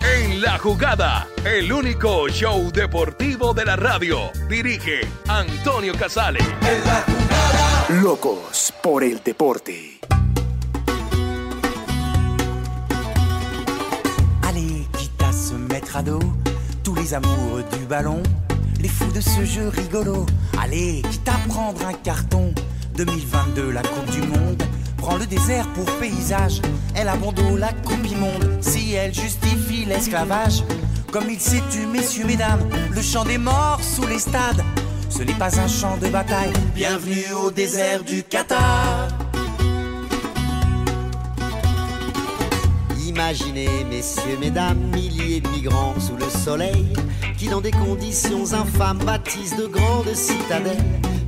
En la jugada, el único show deportivo de la radio. Dirige Antonio Casale. Locos por el deporte. Allez, quitte à se mettre à dos, tous les amoureux du ballon, les fous de ce jeu rigolo. Allez, quitte à prendre un carton, 2022 la Coupe du Monde. Prends le désert pour paysage, elle a bon dos la coupe immonde. Si elle justifie l'esclavage, comme il s'est tu, messieurs, mesdames, le chant des morts sous les stades, ce n'est pas un champ de bataille. Bienvenue au désert du Qatar. Imaginez, messieurs, mesdames, milliers de migrants sous le soleil, qui dans des conditions infâmes bâtissent de grandes citadelles.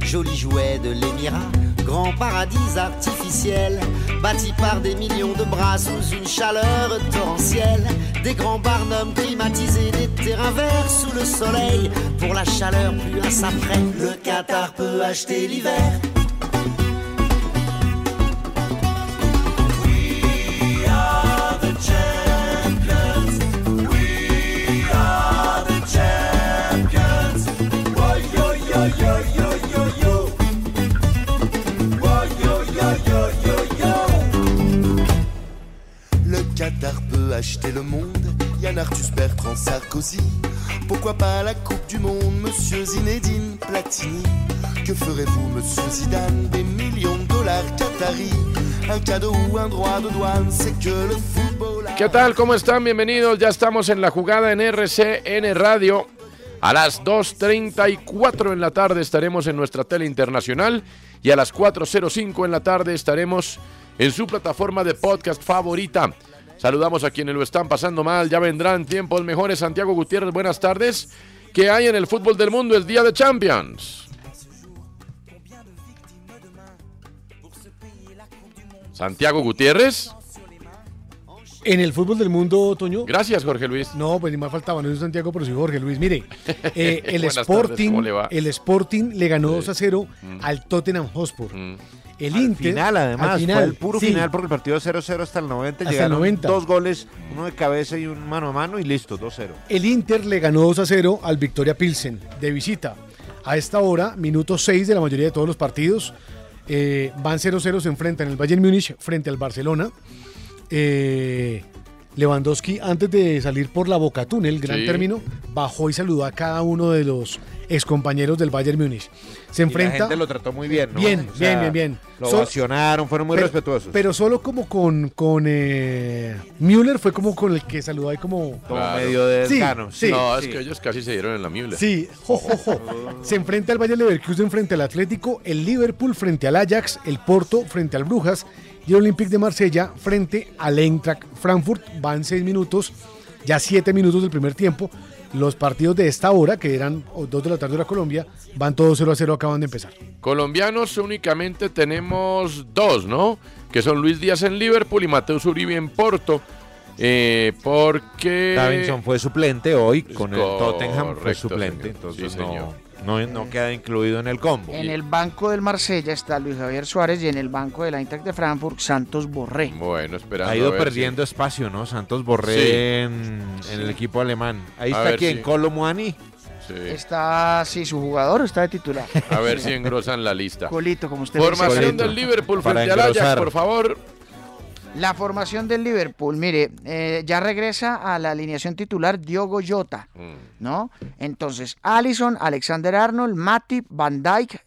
Jolis jouets de l'émirat, grand paradis artificiel, bâti par des millions de bras sous une chaleur torrentielle. Des grands barnums climatisés, des terrains verts sous le soleil. Pour la chaleur, plus un s'apprête, le Qatar peut acheter l'hiver. Le Qatar peut acheter le monde, Yann Arthus Bertrand Sarkozy. Pourquoi pas la Coupe du Monde, monsieur Zinedine Platini Que ferez-vous, monsieur Zidane, des millions de dollars qataris Un cadeau ou un droit de douane, c'est que le football. a- ¿Qué tal? ¿Cómo están? Bienvenidos. Ya estamos en la jugada en RCN Radio. A las 2.34 en la tarde estaremos en nuestra tele internacional y a las 4.05 en la tarde estaremos en su plataforma de podcast favorita. Saludamos a quienes lo están pasando mal. Ya vendrán tiempos mejores. Santiago Gutiérrez, buenas tardes. ¿Qué hay en el fútbol del mundo? Es Día de Champions. Santiago Gutiérrez. En el fútbol del mundo, Toño. Gracias, Jorge Luis. No, pues ni más faltaba, no es Santiago, pero sí Jorge Luis. Mire, eh, el, Buenas tardes, Sporting, ¿cómo le va? el Sporting le ganó Sí. 2 a 0 Mm. al Tottenham Hotspur. El Al Inter. final, además, al fue el puro sí. final porque el partido 0-0 hasta el 90. Hasta el llegaron 90. dos goles, uno de cabeza y un mano a mano y listo, 2-0. El Inter le ganó 2 a 0 al Victoria Pilsen de visita. A esta hora, minuto 6 de la mayoría de todos los partidos, eh, van 0-0, se enfrentan el Bayern Múnich frente al Barcelona. Eh, Lewandowski, antes de salir por la boca túnel, gran Sí. término, bajó y saludó a cada uno de los excompañeros del Bayern Múnich. Se Y la enfrenta. gente lo trató muy bien, ¿no? Bien, bien, bien, bien. Lo So- ovacionaron, fueron muy pero- respetuosos. Pero solo como con, con eh, Müller fue como con el que saludó ahí como. como Claro. medio de Sí, desgano. sí. no, sí. es que ellos casi se dieron en la miula. Sí, jo, jo, jo. Oh. Se enfrenta el Bayern Leverkusen frente al Atlético, el Liverpool frente al Ajax, el Porto frente al Brujas y el Olympique de Marsella frente al Eintracht Frankfurt. Van seis minutos, ya siete minutos del primer tiempo. Los partidos de esta hora, que eran o, dos de la tarde hora Colombia, van todos 0 a 0, acaban de empezar. Colombianos únicamente tenemos dos, ¿no? Que son Luis Díaz en Liverpool y Mateus Uribe en Porto. Eh, porque. Davinson fue suplente hoy con el Correcto, Tottenham, fue suplente, señor. entonces Sí, no, señor. no, no queda incluido en el combo. Y- En el banco del Marsella está Luis Javier Suárez y en el banco de la Intac de Frankfurt, Santos Borré. Bueno, esperando. Ha ido a ver si- perdiendo espacio, ¿no? Santos Borré Sí. en, en el equipo alemán. Ahí A está ver quien, si- Colo Muani. sí. Está, sí, su jugador está de titular. A ver si engrosan la lista. Colito, como usted dice. Formación Correcto. del Liverpool Para frente al Ajax, engrosar. por favor. La formación del Liverpool, mire, eh, ya regresa a la alineación titular Diogo Jota, Mm. ¿no? Entonces, Allison, Alexander Arnold, Matip, Van Dijk,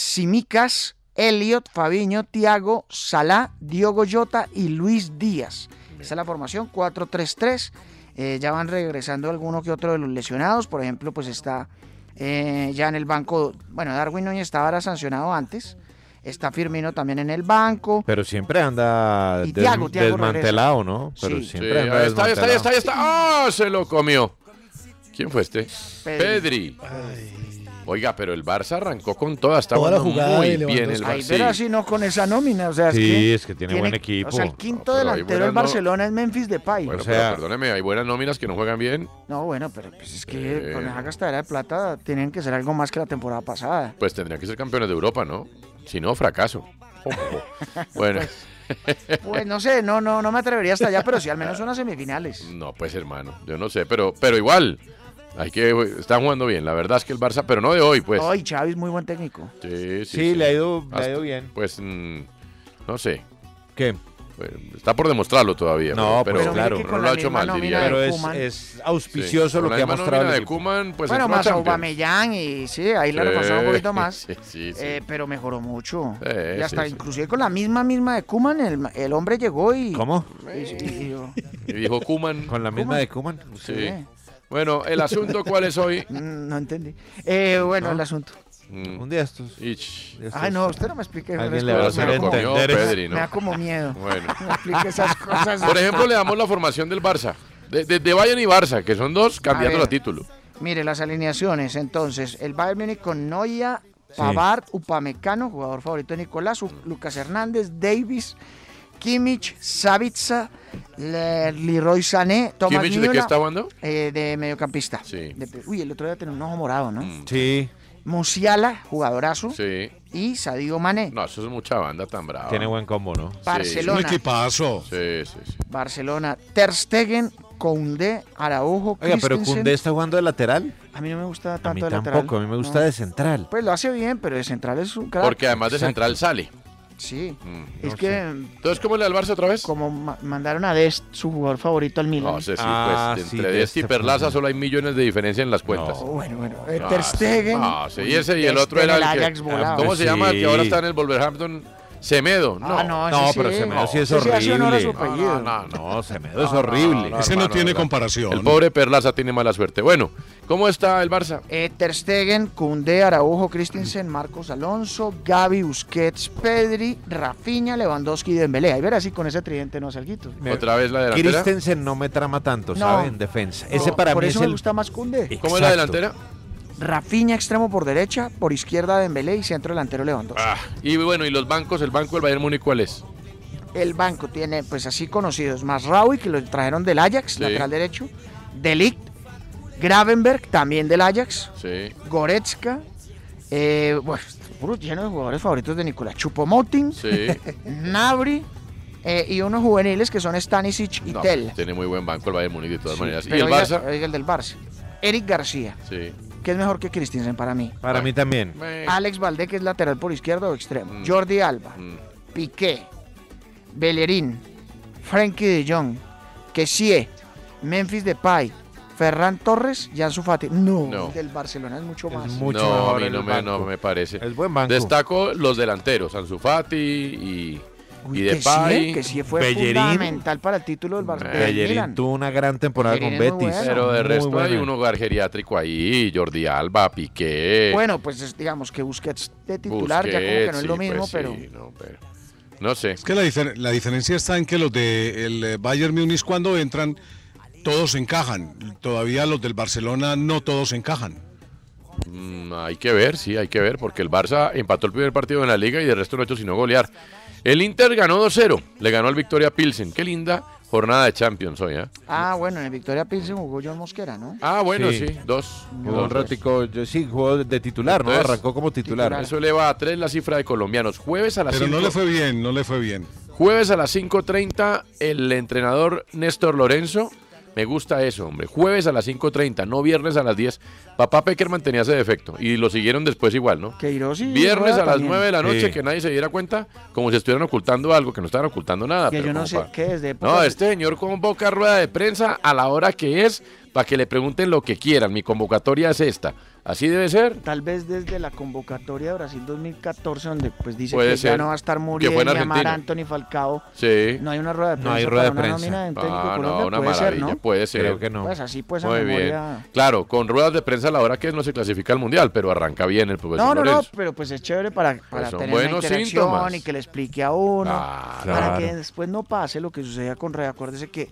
Simicas, Elliot, Fabiño, Thiago, Salah, Diogo Jota y Luis Díaz. Esa es la formación 4-3-3. Eh, ya van regresando alguno que otro de los lesionados. Por ejemplo, pues está eh, ya en el banco. Bueno, Darwin Núñez estaba ahora sancionado antes. Está Firmino también en el banco. Pero siempre anda Y des- Thiago, Thiago desmantelado, regresa. ¿no? Pero Sí. Sí, siempre anda ahí está, ahí está, ahí está, desmantelado. ahí está. ¡Ah! se lo comió. ¿Quién fue este? Pedri. Pedri. Oiga, pero el Barça arrancó con toda. Está Toda la jugando jugada muy de bien el Ay, Barça. pero Sí. así no con esa nómina. O sea, Sí, es que tiene buen equipo. O sea, el quinto No, pero ahí delantero del buenas no- Barcelona es Memphis Depay. Bueno, O pero sea, perdóneme, hay buenas nóminas que no juegan bien. no, bueno, pero pues es que Eh. con esa gastadera de plata tienen que ser algo más que la temporada pasada. Pues tendrían que ser campeones de Europa, ¿no? Si no, fracaso. Ojo. Bueno. Pues no sé, no, no, no me atrevería hasta allá, pero sí al menos unas semifinales. No, pues hermano, yo no sé, pero, pero igual. Hay que, están jugando bien. La verdad es que el Barça, pero no de hoy, pues. Ay, Xavi es muy buen técnico. Sí, sí, Sí, le ha ido- le ha Hasta- ido bien. Pues, mm, no sé. Pues, ¿Qué? está por demostrarlo todavía. No, pero, pues pero claro. no Pero lo ha hecho mal, diría yo. Pero es, es auspicioso Sí, lo con que la ha misma mostrado nómina el de equipo. Kuman, pues bueno, entró a más Champions. Aubameyang y sí, ahí la Sí, reforzaron un poquito más. sí, sí. Eh, pero mejoró mucho. Eh, y hasta sí, sí. inclusive con la misma misma de Kuman, el, el hombre llegó y. ¿Cómo? y- y- y- Y dijo Kuman. Con la misma de Kuman. Sí. Bueno, el asunto, ¿cuál es hoy? Mm, No entendí. Eh, bueno, ¿No? el asunto. Mm. Un día estos. Ich. Ay, no, usted no me explique. esas Alguien le va a cosas, hacer me da como- entender eso. Pedri, ¿no? Me da como miedo. Bueno. No me explique esas cosas. Por ejemplo, le damos la formación del Barça. De, de- de Bayern y Barça, que son dos cambiando ver. a título. Mire, las alineaciones, entonces, el Bayern Múnich con Noia, Pavard, Upamecano, jugador favorito de Nicolás, U- Lucas Hernández, Davis, Kimmich, Savitza, Le- Leroy Sané, Tomás ¿Kimmich de qué Müller, está jugando? eh, de mediocampista. De- uy, el otro día tenía un ojo morado, ¿no? Sí. Musiala, jugadorazo, Mm. Sí. y Sadio Mané. No, eso es mucha banda tan brava. Tiene buen combo, ¿no? Barcelona. Es un equipazo. Sí, sí, sí. Barcelona, Ter Stegen, Koundé, Araujo, Oiga, pero Christensen. Cundé está jugando de lateral. A mí no me gusta tanto A mí de lateral. tampoco, a mí me gusta No. de central. Pues lo hace bien, pero de central es un crack. Porque además de central sale. Sí. Mm. es que. Entonces, ¿cómo le da al Barça otra vez? Como ma- mandaron a Dest, su jugador favorito al Milan. No sé si, Ah, pues, sí, entre de Dest y este Perlaza punto. solo hay millones de diferencia en las cuentas. bueno, bueno. eh, Ah, Ter sí. Stegen. Ah, sí, y ese y el Ter otro Stegen, era el el que- Ajax volado. ¿Cómo se llama el que ahora Sí. está en el Wolverhampton? Semedo. No, Ah, no, ese sí. pero Semedo sí es Ese sí hace honor a su horrible. apellido. No, no, No, Semedo es horrible. Ese no tiene comparación. El pobre Perlaza tiene mala suerte. Bueno, ¿cómo está el Barça? Eh, Ter Stegen, Koundé, Araujo, Christensen, Marcos Alonso, Gaby, Busquets, Pedri, Rafinha, Lewandowski y Dembélé. Ahí verás si con ese tridente no hace algo. Me- Otra vez la delantera. Christensen no me trama tanto, No. ¿sabe? En defensa. Ese No, para por mí eso es me el. gusta más Koundé. ¿Cómo es la Exacto. delantera? Rafinha extremo por derecha, por izquierda Dembélé y centro delantero Lewandowski. Ah, y bueno, ¿y los bancos? ¿El banco del Bayern Múnich cuál es? Ah. El banco tiene, pues así conocidos, más Raúl, que lo trajeron del Ajax, Sí. lateral derecho, Delict, Gravenberg, también del Ajax, Sí. Goretzka, eh, bueno, puro lleno de jugadores favoritos de Nicolás Chupomotin, Sí. Nabri eh, y unos juveniles que son Stanisic y No, Tel. tiene muy buen banco el Bayern Múnich de todas maneras. ¿Y Pero el oiga- Barça? oiga el del Barça. Eric García, Sí. que es mejor que Christensen para mí. Para mí también. Alex Valdé, que es lateral por izquierda o extremo. Mm. Jordi Alba, Mm. Piqué, Bellerín, Frankie de Jong, Kessie, Memphis Depay, Ferran Torres, Jansu Fati. No, No. el del Barcelona es mucho más. mucho no, mejor a mí el no me, no banco. me parece. Es buen banco. Destaco los delanteros, Ansu Fati y, que y sí, eh, Depay. que sí fue Bellerín. fundamental para el título del Barcelona. Bellerín tuvo una gran temporada Bellerín con es muy Betis. bueno. pero de Muy resto hay buena. un hogar geriátrico ahí, Jordi Alba, Piqué. Bueno, pues es- digamos que Busquets de titular ya como que no eh. Busquets, es lo sí, mismo, pues pero sí, no, pero- no sé. Es que la, difer- la diferencia está en que los de el eh, Bayern Múnich cuando entran todos encajan. Todavía los del Barcelona no todos encajan. Mm, hay que ver, sí, hay que ver, porque el Barça empató el primer partido en la liga y de resto no ha hecho sino golear. El Inter ganó 2-0, le ganó al Victoria Pilsen. Qué linda jornada de Champions hoy, ¿eh? ah, bueno, en el Victoria Pilsen jugó John Mosquera, ¿no? Ah, bueno, sí, Sí. dos. Jugó un dos. ratico, yo- sí, jugó de titular, ¿no? Entonces, Arrancó como titular. Eso eleva a tres la cifra de colombianos. Jueves a las Pero no cinco- le fue bien, no le fue bien. Jueves a las 5.30, el entrenador Néstor Lorenzo Me gusta eso, hombre. Jueves a las 5.30, no viernes a las 10. Papá Peckerman tenía ese defecto y lo siguieron después igual, ¿no? Queiroz y Viernes Rueda a las también. 9 de la noche, Sí. que nadie se diera cuenta, como si estuvieran ocultando algo, que no estaban ocultando nada. Que pero yo no como sé pa- qué es de No, este señor convoca rueda de prensa a la hora que es para que le pregunten lo que quieran. Mi convocatoria es esta. Así debe ser. Tal vez desde la convocatoria de Brasil 2014, donde pues dice Puede que ya ser. no va a estar Que fue Muriel, en ni Argentina. Amar, Anthony Falcao. Sí. No hay una rueda de prensa. No hay para rueda de una prensa. nómina de un técnico Ah, no, Colombia. una puede ser, maravilla, ¿no? puede ser. Creo que no. Pues así, pues, a Muy memoria- bien. Claro, con ruedas de prensa a la hora que es no se clasifica al mundial, pero arranca bien el profesor No, no, no, Lorenzo. pero pues es chévere para, para son tener una buenos interacción síntomas. y que le explique a uno. Ah, Para claro. que después no pase lo que sucedía con Rueda. Acuérdese que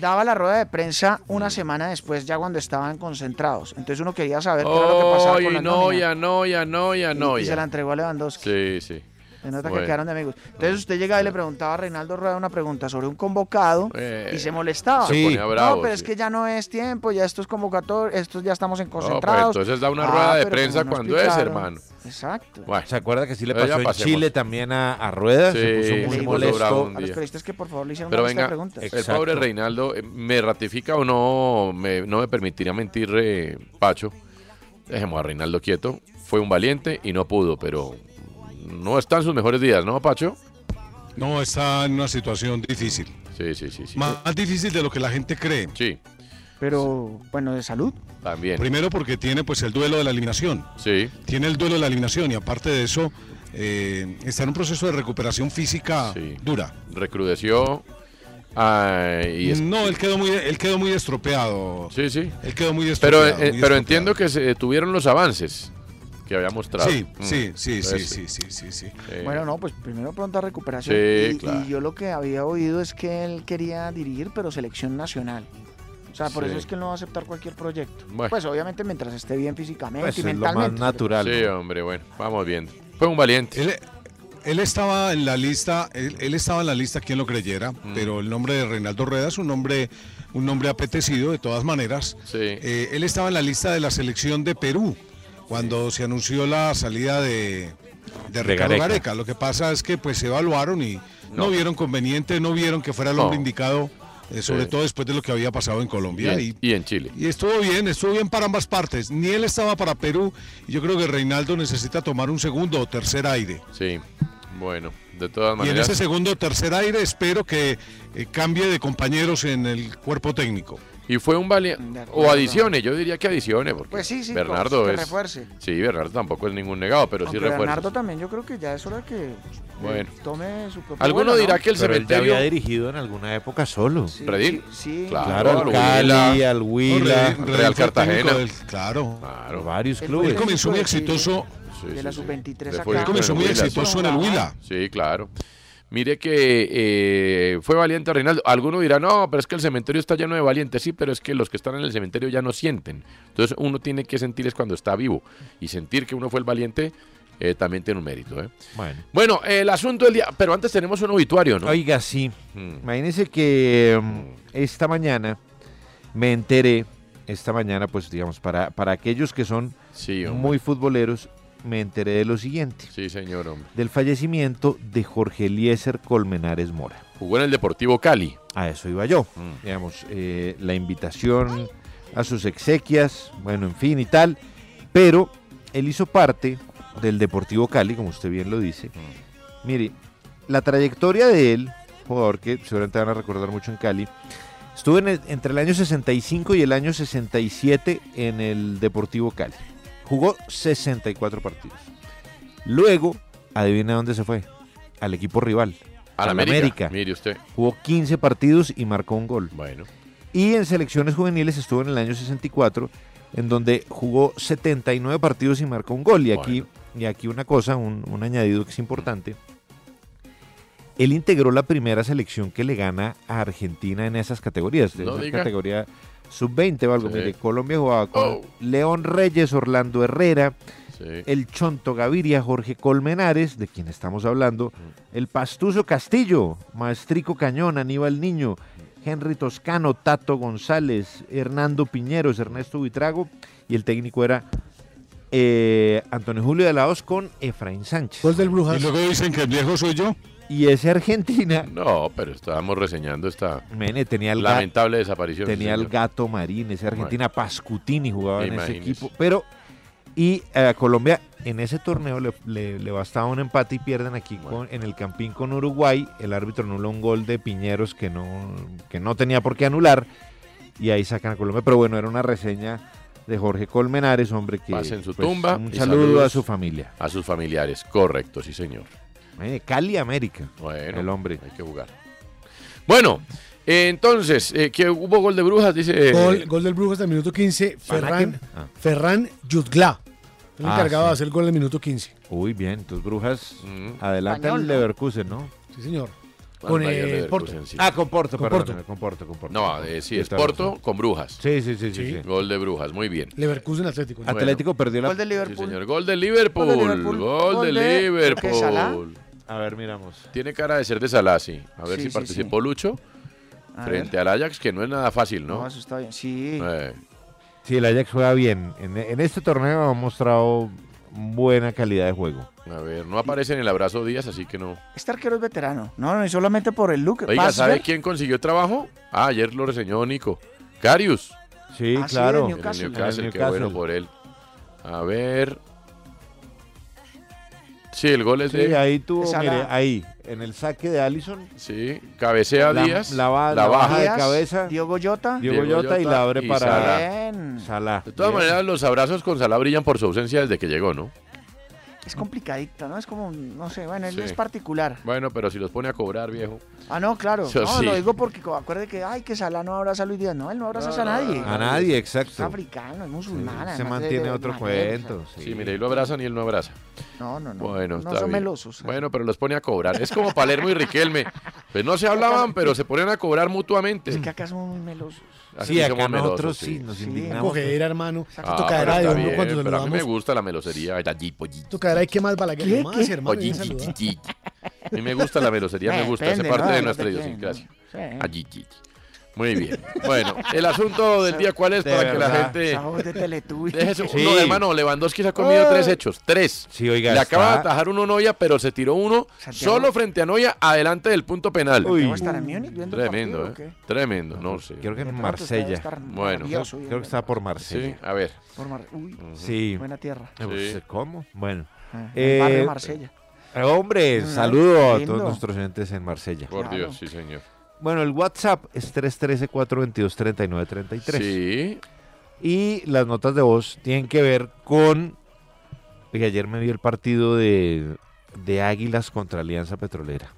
daba la rueda de prensa Mm. una semana después, ya cuando estaban concentrados. Entonces uno quería saber qué era lo que pasaba Oh, con la y no, nómina. ya no, ya no, ya no. Y se la entregó a Lewandowski. Sí, sí. Se nota que Bueno. quedaron de amigos. Entonces usted llegaba y le preguntaba a Reinaldo Rueda una pregunta sobre un convocado Eh, y se molestaba. se ponía bravo, no, pero es sí. que ya no es tiempo, ya estos convocatorios, estos ya estamos en No, concentrados. pues entonces da una Ah, rueda de pero prensa como nos cuando es, picaron. hermano. Exacto. ¿Se acuerda que sí le Pero ya pasó en pasemos. Chile también a, a Rueda? Sí, se puso muy se puso molesto. bravo un A los día. periodistas que por favor le hicieron Pero una lista venga, de preguntas. el pobre Reinaldo, eh, ¿me ratifica o no? Me- no me permitiría mentir, eh, Pacho. Dejemos a Reinaldo quieto. Fue un valiente y no pudo, pero no está en sus mejores días, ¿no, Pacho? No, está en una situación difícil. Sí, sí, sí. sí. Más más difícil de lo que la gente cree. Sí. Pero, bueno, de salud. También. Primero porque tiene pues el duelo de la eliminación. Sí. Tiene el duelo de la eliminación y aparte de eso, eh, está en un proceso de recuperación física dura. Recrudeció. ah, y es- No, él quedó muy, él quedó muy estropeado. Sí, sí. Él quedó muy pero, estropeado. eh, muy pero estropeado. entiendo que se tuvieron los avances que había mostrado. Sí, Mm. sí, sí, sí, Entonces, sí, sí, sí, sí. eh, Bueno, no, pues primero pronta recuperación. Sí, y, claro. y yo lo que había oído es que él quería dirigir, pero selección nacional. O sea, por Sí. eso es que él no va a aceptar cualquier proyecto. Bueno. Pues obviamente mientras esté bien físicamente Pues, y es lo más mentalmente. natural, Sí, hombre, bueno, vamos viendo. Fue un valiente. Él, él estaba en la lista, él, él estaba en la lista, quien lo creyera, Mm. pero el nombre de Reinaldo Rueda es un nombre, un nombre apetecido de todas maneras. Eh, él estaba en la lista de la selección de Perú cuando se anunció la salida de, de Ricardo Gareca. Gareca. Lo que pasa es que pues se evaluaron y no, No. vieron conveniente, no vieron que fuera el No. hombre indicado, eh, sobre Sí. todo después de lo que había pasado en Y Colombia. en, y y en Chile. y estuvo bien, estuvo bien para ambas partes. Ni él estaba para Perú. y Yo creo que Reinaldo necesita tomar un segundo o tercer aire. Sí, bueno, de todas Y en maneras. ese segundo o tercer aire espero que eh, cambie de compañeros en el cuerpo técnico. Y fue un valiente. O adiciones, yo diría que adiciones. Porque Pues sí, sí, Bernardo que es. refuerce. Sí, Bernardo tampoco es ningún negado, pero Aunque sí refuerza. Bernardo también, yo creo que ya es hora que eh, Bueno. tome su propio Alguno vuelo, ¿no? dirá que el Pero él ya cementerio. había dirigido en alguna época solo. ¿Redil? Sí, Claro, al al Cali, Huila. al Huila, Real Real Cartagena. claro. Varios Él clubes. fue técnico de Chile, Sí, de sí, la sí. sub-23 Le acá. fue bien en Huila, sí. Sí, claro. Mire que eh, fue valiente Reinaldo. Alguno dirá, no, pero es que el cementerio está lleno de valientes. Sí, pero es que los que están en el cementerio ya no sienten. Entonces uno tiene que sentir es cuando está vivo. Y sentir que uno fue el valiente eh, también tiene un mérito. ¿eh? Bueno. Bueno, el asunto del día. Pero antes tenemos un obituario, ¿no? Oiga, sí. Hmm. Imagínense que mm, esta mañana me enteré, esta mañana, pues digamos, para, para aquellos que son hombre. muy futboleros, me enteré de lo siguiente, Sí, señor, hombre. del fallecimiento de Jorge Eliezer Colmenares Mora. Jugó en el Deportivo Cali. Mm. A eso iba yo. Digamos, eh, la invitación a sus exequias, bueno, en fin y tal. Pero él hizo parte del Deportivo Cali, como usted bien lo dice. Mm. Mire, la trayectoria de él, jugador que seguramente van a recordar mucho en Cali, estuvo en el- entre el año 65 y el año 67 en el Deportivo Cali. Jugó 64 partidos. Luego, adivina dónde se fue. Al equipo rival. Al al América. Mire usted. Jugó 15 partidos y marcó un gol. Bueno. Y en selecciones juveniles estuvo en el año 64, en donde jugó 79 partidos y marcó un gol. Y aquí, y aquí una cosa, un, un añadido que es importante. Él integró la primera selección que le gana a Argentina en esas categorías. De No esa diga. categoría sub-20 o algo. Sí. Mire, Colombia jugaba con Oh. León Reyes, Orlando Herrera, Sí. el Chonto Gaviria, Jorge Colmenares, de quien estamos hablando, Mm. el Pastuso Castillo, Maestrico Cañón, Aníbal Niño, Henry Toscano, Tato González, Hernando Piñeros, Ernesto Buitrago, y el técnico era eh, Antonio Julio de la Hoz con Efraín Sánchez. Y luego dicen que el viejo soy yo. Y ese Argentina No, pero estábamos reseñando esta Mene, tenía el lamentable desaparición. tenía sí, el señor. gato marín, ese Argentina Pascutini jugaba en ese Imagínese. equipo. Pero, y a Colombia en ese torneo le, le- le bastaba un empate y pierden aquí con- en el Campín con Uruguay. El árbitro anula un gol de Piñeros que no, que no tenía por qué anular. Y ahí sacan a Colombia. Pero bueno, era una reseña de Jorge Colmenares, hombre que. Paz en su pues, tumba. Un y saludo a saludos su familia. A sus familiares, correcto, sí, señor. Eh, Cali América. Bueno, el hombre. Hay que jugar. Bueno, eh, entonces, eh, que hubo gol de brujas, dice. Gol, gol del Brujas al minuto 15, ¿Panaken? Ferran, Eh, Ah. Ferran Jutgla. El Ah, encargado de sí. hacer el gol al minuto 15. Uy, bien, tus brujas. Mm. Adelante Español, el ¿no? Leverkusen, ¿no? Sí, señor. Bueno, Con Bayern el Porto. Leverkusen, sí. Ah, con Porto, Con perdón, Porto. con Porto, con Porto. No, eh, sí, Sí, es está bien. Porto con brujas. Sí, sí, sí, sí, sí. Gol de brujas, muy bien. Leverkusen Atlético. Bueno. Atlético perdió la- Gol de Liverpool. Sí, señor. Gol de Liverpool. Gol de Liverpool. Gol de- ¿Qué, Salah? A ver, miramos. Tiene cara de ser de Salah, sí. A ver Sí, si sí, participó Lucho A frente al Ajax, que no es nada fácil, ¿no? No, eso está bien. Sí. Eh, Sí, el Ajax juega bien. En, en este torneo ha mostrado buena calidad de juego. a ver, no aparece en el abrazo Díaz, así que no. Este arquero es veterano. No, no, y solamente por el look. Oiga, Vas a ¿sabe ver quién consiguió trabajo? Ah, ayer lo reseñó Nico. Carius. Sí, Ah, sí, claro. del En el Newcastle. Newcastle, En el qué Newcastle. bueno por él. A ver. Sí, el gol es Sí, de. ahí tuvo, de Salah. mire, ahí, en el saque de Allison. Sí, cabecea La- Díaz. la ba- la baja de Díaz, cabeza. Diogo Jota. Diego Llota y la abre para Salah. Salah. De todas Bien. maneras, los abrazos con Salah brillan por su ausencia desde que llegó, ¿no? Es complicadito, ¿no? Es como, no sé, bueno, él Sí. es particular. Bueno, pero si los pone a cobrar, viejo. Ah, no, claro. Yo no, sí. lo digo porque co- acuerde que, ay, que Salah no abraza a Luis Díaz. No, él no abraza a nadie. A nadie, exacto. Es africano, es musulmán. Sí, se además de- mantiene de- euh, otro de- cuento. Sí, sí. mire, y lo abrazan y él no abraza. No, no, no. Bueno, No está son bien. melosos. ¿eh? Bueno, pero los pone a cobrar. Es como Palermo y Riquelme. Pues no se hablaban, pero se ponían a cobrar mutuamente. Que acá somos muy melosos. Así Sí, acá somos melosos, nosotros sí nos Sí, indignamos. Cogedera, hermano. Ah, Esto caerá pero de está uno bien, cuando pero a mí me saludamos. gusta la melosería. Ay, allí, pollito. Esto caerá de qué más balaguer. ¿Qué más, Oye, hermano? Ven a yi, saludar. yi, yi. A mí me gusta la melosería, me Eh, gusta, depende, hace parte ¿no? de nuestra Depende, idiosincrasia. ¿no? Sí. A yi, yi, yi. Muy bien. Bueno, el asunto del día, ¿cuál es? De Para que la verdad. gente. Sabor de Teletubbies. Deje su- Sí. Ah. No, hermano, Lewandowski se ha comido tres hechos. Tres. Sí, oiga, Le está- acaba de atajar uno a Noya, pero se tiró uno Santiago. solo frente a Noya, adelante del punto penal. ¿Debo estar en Múnich viendo el Tremendo, partido, ¿eh? o qué? Tremendo, no sé. pues, Creo que en pronto usted debe Marsella. estar Bueno, rabioso creo, viendo creo que está por Sí, Marsella. a ver. Por Mar- Uy, Sí. buena tierra. Eh, pues, ¿Cómo? Bueno. Ah, en el barrio de Marsella. eh, Hombre, Ah, saludo a todos lindo. nuestros oyentes en Marsella. Por Dios, sí, señor. Bueno, el WhatsApp es 313-422-3933. Sí. Y las notas de voz tienen que ver con... Oye, ayer me vi el partido de, de Águilas contra Alianza Petrolera.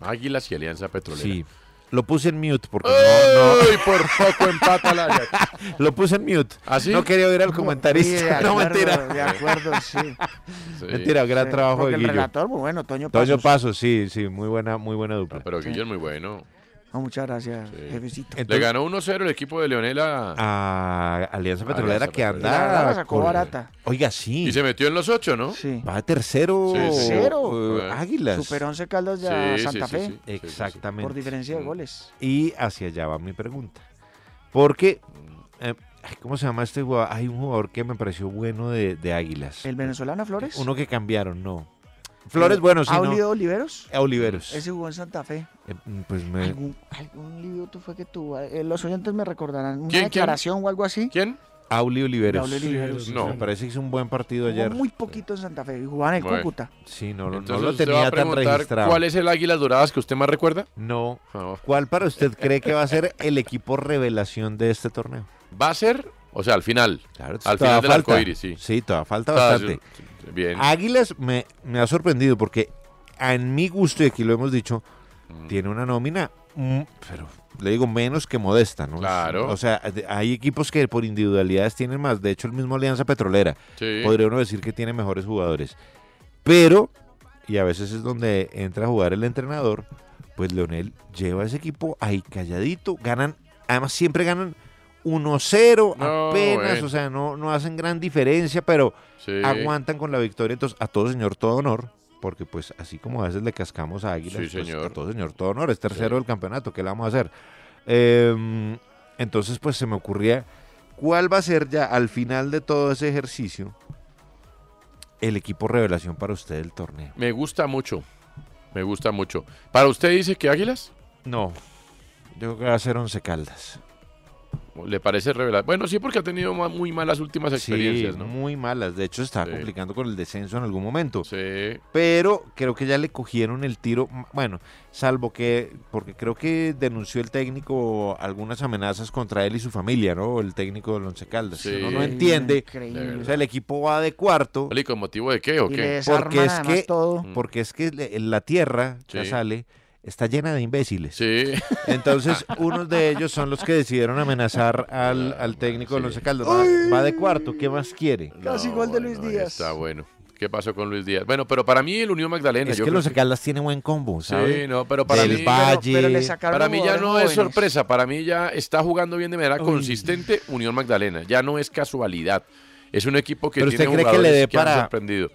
Águilas y Alianza Petrolera. Sí. Lo puse en mute porque no... no- ¡Ay, por poco empata la Ajax! lo puse en mute. ¿Ah, sí? No quería oír al Sí, de comentarista. acuerdo, no, mentira. De acuerdo, sí. Sí. Mentira, gran Sí, trabajo porque de el Guillo. relator, muy bueno, Toño Toño Pasos. Pasos, sí, sí, muy buena, muy buena dupla. Ah, Pero Guillermo es muy bueno. No, muchas gracias, jefecito. Le ganó 1-0 el equipo de Leonela. a Alianza Petrolera Alianza que anda. Petrolera. La verdad Ah, la sacó con- barata. Oiga, sí. Y se metió en los 8, ¿no? Sí. Va tercero. Sí, sí. Tercero. eh, Águilas. Super 11 Caldas ya Sí, sí, Santa sí, Fe. sí. Mm. Exactamente. Por diferencia de goles. Y hacia allá va mi pregunta. Porque, eh, ay, ¿cómo se llama este jugador? Hay un jugador que me pareció bueno de, de Águilas. ¿El venezolano Flores? Uno que cambiaron, no. Flores, bueno, sí, ¿Aulio no. Eh, Eh, Oliveros? Oliveros. Ese jugó en Santa Fe. Eh, pues me- ¿Algún, algún libioto fue que tuvo? Eh, los oyentes me recordarán. ¿Una ¿Quién, quién? declaración o algo así? ¿Quién? Auli Oliveros. Aulio Oliveros. No, me parece que hizo un buen partido Jugó ayer. muy poquito en Santa Fe. Y jugaba Ah, en el Bueno. Cúcuta. Sí, no, lo- no Entonces lo usted va tenía a tan preguntar, registrado. ¿Cuál es el Águilas Doradas que usted más recuerda? Ah, No. favor. ¿Cuál para usted cree que va a ser el equipo revelación de este torneo? Va a ser, o sea, al final. al Todavía final del falta. arcoíris, sí. Sí, todavía falta Ah, bastante. sí, Bien. Águilas me, me ha sorprendido porque en mi gusto, y aquí lo hemos dicho, tiene una nómina, mm, pero le digo menos que modesta, ¿no? Claro. O sea, de- hay equipos que por individualidades tienen más. De hecho, el mismo Alianza Petrolera. Sí. Podría uno decir que tiene mejores jugadores. Pero, y a veces es donde entra a jugar el entrenador, pues Leonel lleva a ese equipo ahí calladito. Ganan, además siempre ganan 1-0, No, apenas, bueno. o sea, no, no hacen gran diferencia, pero Sí. aguantan con la victoria. Entonces, a todo señor, todo honor. Porque pues así como a veces le cascamos a Águilas, Sí, pues, señor. a todo señor, todo honor, es tercero del campeonato, ¿qué le vamos a hacer? Eh, entonces pues se me ocurría, ¿cuál va a ser ya al final de todo ese ejercicio el equipo revelación para usted del torneo? Me gusta mucho. Me gusta mucho. ¿Para usted dice que Águilas? No. Yo creo que va a ser Once Caldas. ¿Le parece revelar? Bueno, sí, porque ha tenido ma- muy malas últimas experiencias, sí, ¿no? muy malas. De hecho, está complicando con el descenso en algún momento. Sí. Pero creo que ya le cogieron el tiro. m- Bueno, salvo que, porque creo que denunció el técnico algunas amenazas contra él y su familia, ¿no? El técnico del Once Caldas. Sí. Uno no entiende. Increíble. O sea, el equipo va de cuarto. ¿Y con motivo de qué Mm. o Y qué? le desarman Porque es además que- todo. porque es que le- la tierra, ya Sí. sale, está llena de imbéciles. Sí. Entonces, unos de ellos son los que decidieron amenazar al, Ah, al técnico del Once Caldas. Va, Ay. va de cuarto, ¿qué más quiere? Casi gol de Luis Díaz. Está bueno. ¿Qué pasó con Luis Díaz? Bueno, pero para mí el Unión Magdalena. Es yo que el creo Once Caldas tiene buen combo, ¿sabes? Sí, no, pero para Del mí, Valle. para mí ya no es sorpresa, para mí ya está jugando bien de manera Uy. consistente Unión Magdalena, ya no es casualidad, es un equipo que Pero tiene usted cree que le jugadores dé han para- sorprendido.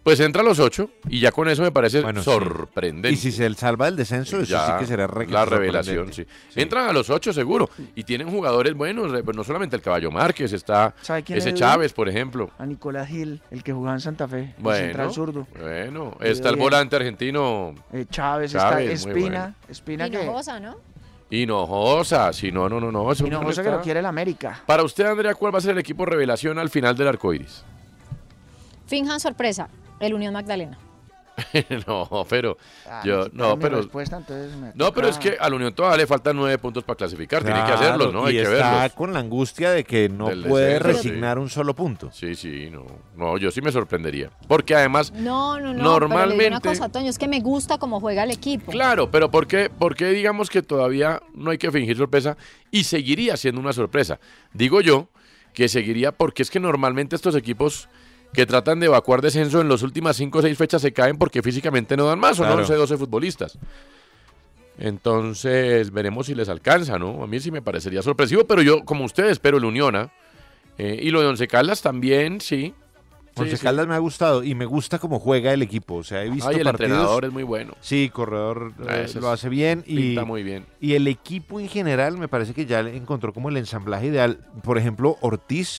Pues entra a los ocho y ya con eso me parece Bueno, sí. sorprendente. Y si se salva del descenso, eso Ya, sí que será re- la sorprendente. revelación, sí. Entran a los ocho seguro y tienen jugadores buenos, eh, pues no solamente el Caballo Márquez, está ¿Sabe quién ese le dio? Chávez, por ejemplo. A Nicolás Gil, el que jugaba en Santa Fe, el Bueno, central zurdo. bueno, Le está el dio bien. volante argentino Eh, Chávez, Chávez, está muy bueno. Espina, Espina que Hinojosa, ¿no? Hinojosa, si no, no, no, no. ese hombre Hinojosa que está- lo quiere el América. Para usted, Andrea, ¿cuál va a ser el equipo revelación al final del arco iris? Finjan sorpresa, el Unión Magdalena. no, pero Ah, yo, necesitaba no, mi pero. respuesta, entonces me No, pero es toca- que a la Unión todavía le faltan nueve puntos para clasificar. Tiene que hacerlos, ¿no? Claro, Hay y que está verlos. con la angustia de que no Del puede descenso, resignar un solo punto. Sí, sí, no. No, yo sí me sorprendería. Porque además. No, no, no. Pero le digo una Normalmente- cosa, Toño, es que me gusta cómo juega el equipo. Claro, pero ¿por qué, por qué digamos que todavía no hay que fingir sorpresa y seguiría siendo una sorpresa? Digo yo que seguiría porque es que normalmente estos equipos que tratan de evacuar descenso en las últimas 5 o 6 fechas se caen porque físicamente no dan más, son Claro. 11, 12 futbolistas. Entonces veremos si les alcanza, ¿no? A mí sí me parecería sorpresivo, pero yo, como ustedes, espero el Unión, ¿ah? Eh, y lo de Once Caldas también, sí. Once Sí, sí. Caldas me ha gustado y me gusta cómo juega el equipo. O sea, he visto Ay, el partidos- entrenador es muy bueno. Sí, corredor Ah, eh, ese lo es- hace bien y pinta muy bien. Y el equipo en general me parece que ya le encontró como el ensamblaje ideal. Por ejemplo, Ortiz.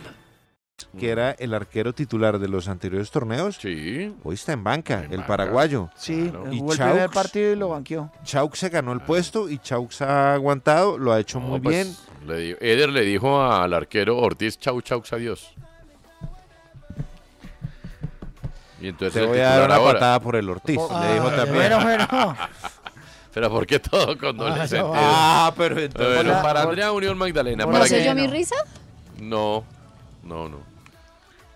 que era el arquero titular de los anteriores torneos, hoy está en banca, el paraguayo. Sí, y jugó el primer Chaux- partido y lo banqueó. Chaux se ganó el puesto y Chaux ha aguantado, lo ha hecho muy Ah. No, pues, bien. le di- Eder le dijo al arquero Ortiz, chau, chau, adiós. Y entonces Te el voy a dar titular una ahora. patada por el Ortiz, le Ah, dijo también. Pero ¿por qué todo condolente? Ah, pero entonces- Bueno, Hola, para hola. Andrea Unión Magdalena. ¿No ¿para sé qué? yo mi risa? No, no, no.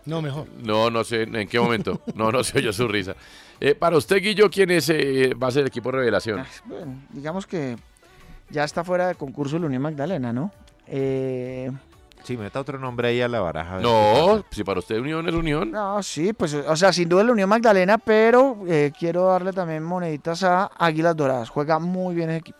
No, mejor. No, no sé en qué momento. No, no se oyó su risa. Eh, para usted, Guillo, ¿quién es, eh, va a ser el equipo revelación? Ah, Ah, Bueno, digamos que ya está fuera de concurso el Unión Magdalena, ¿no? Eh, Sí, meta otro nombre ahí a la baraja. a ver No, si para usted Unión es Unión. No, sí, pues, o sea, sin duda la Unión Magdalena, pero eh, quiero darle también moneditas a Águilas Doradas. Juega muy bien el equipo.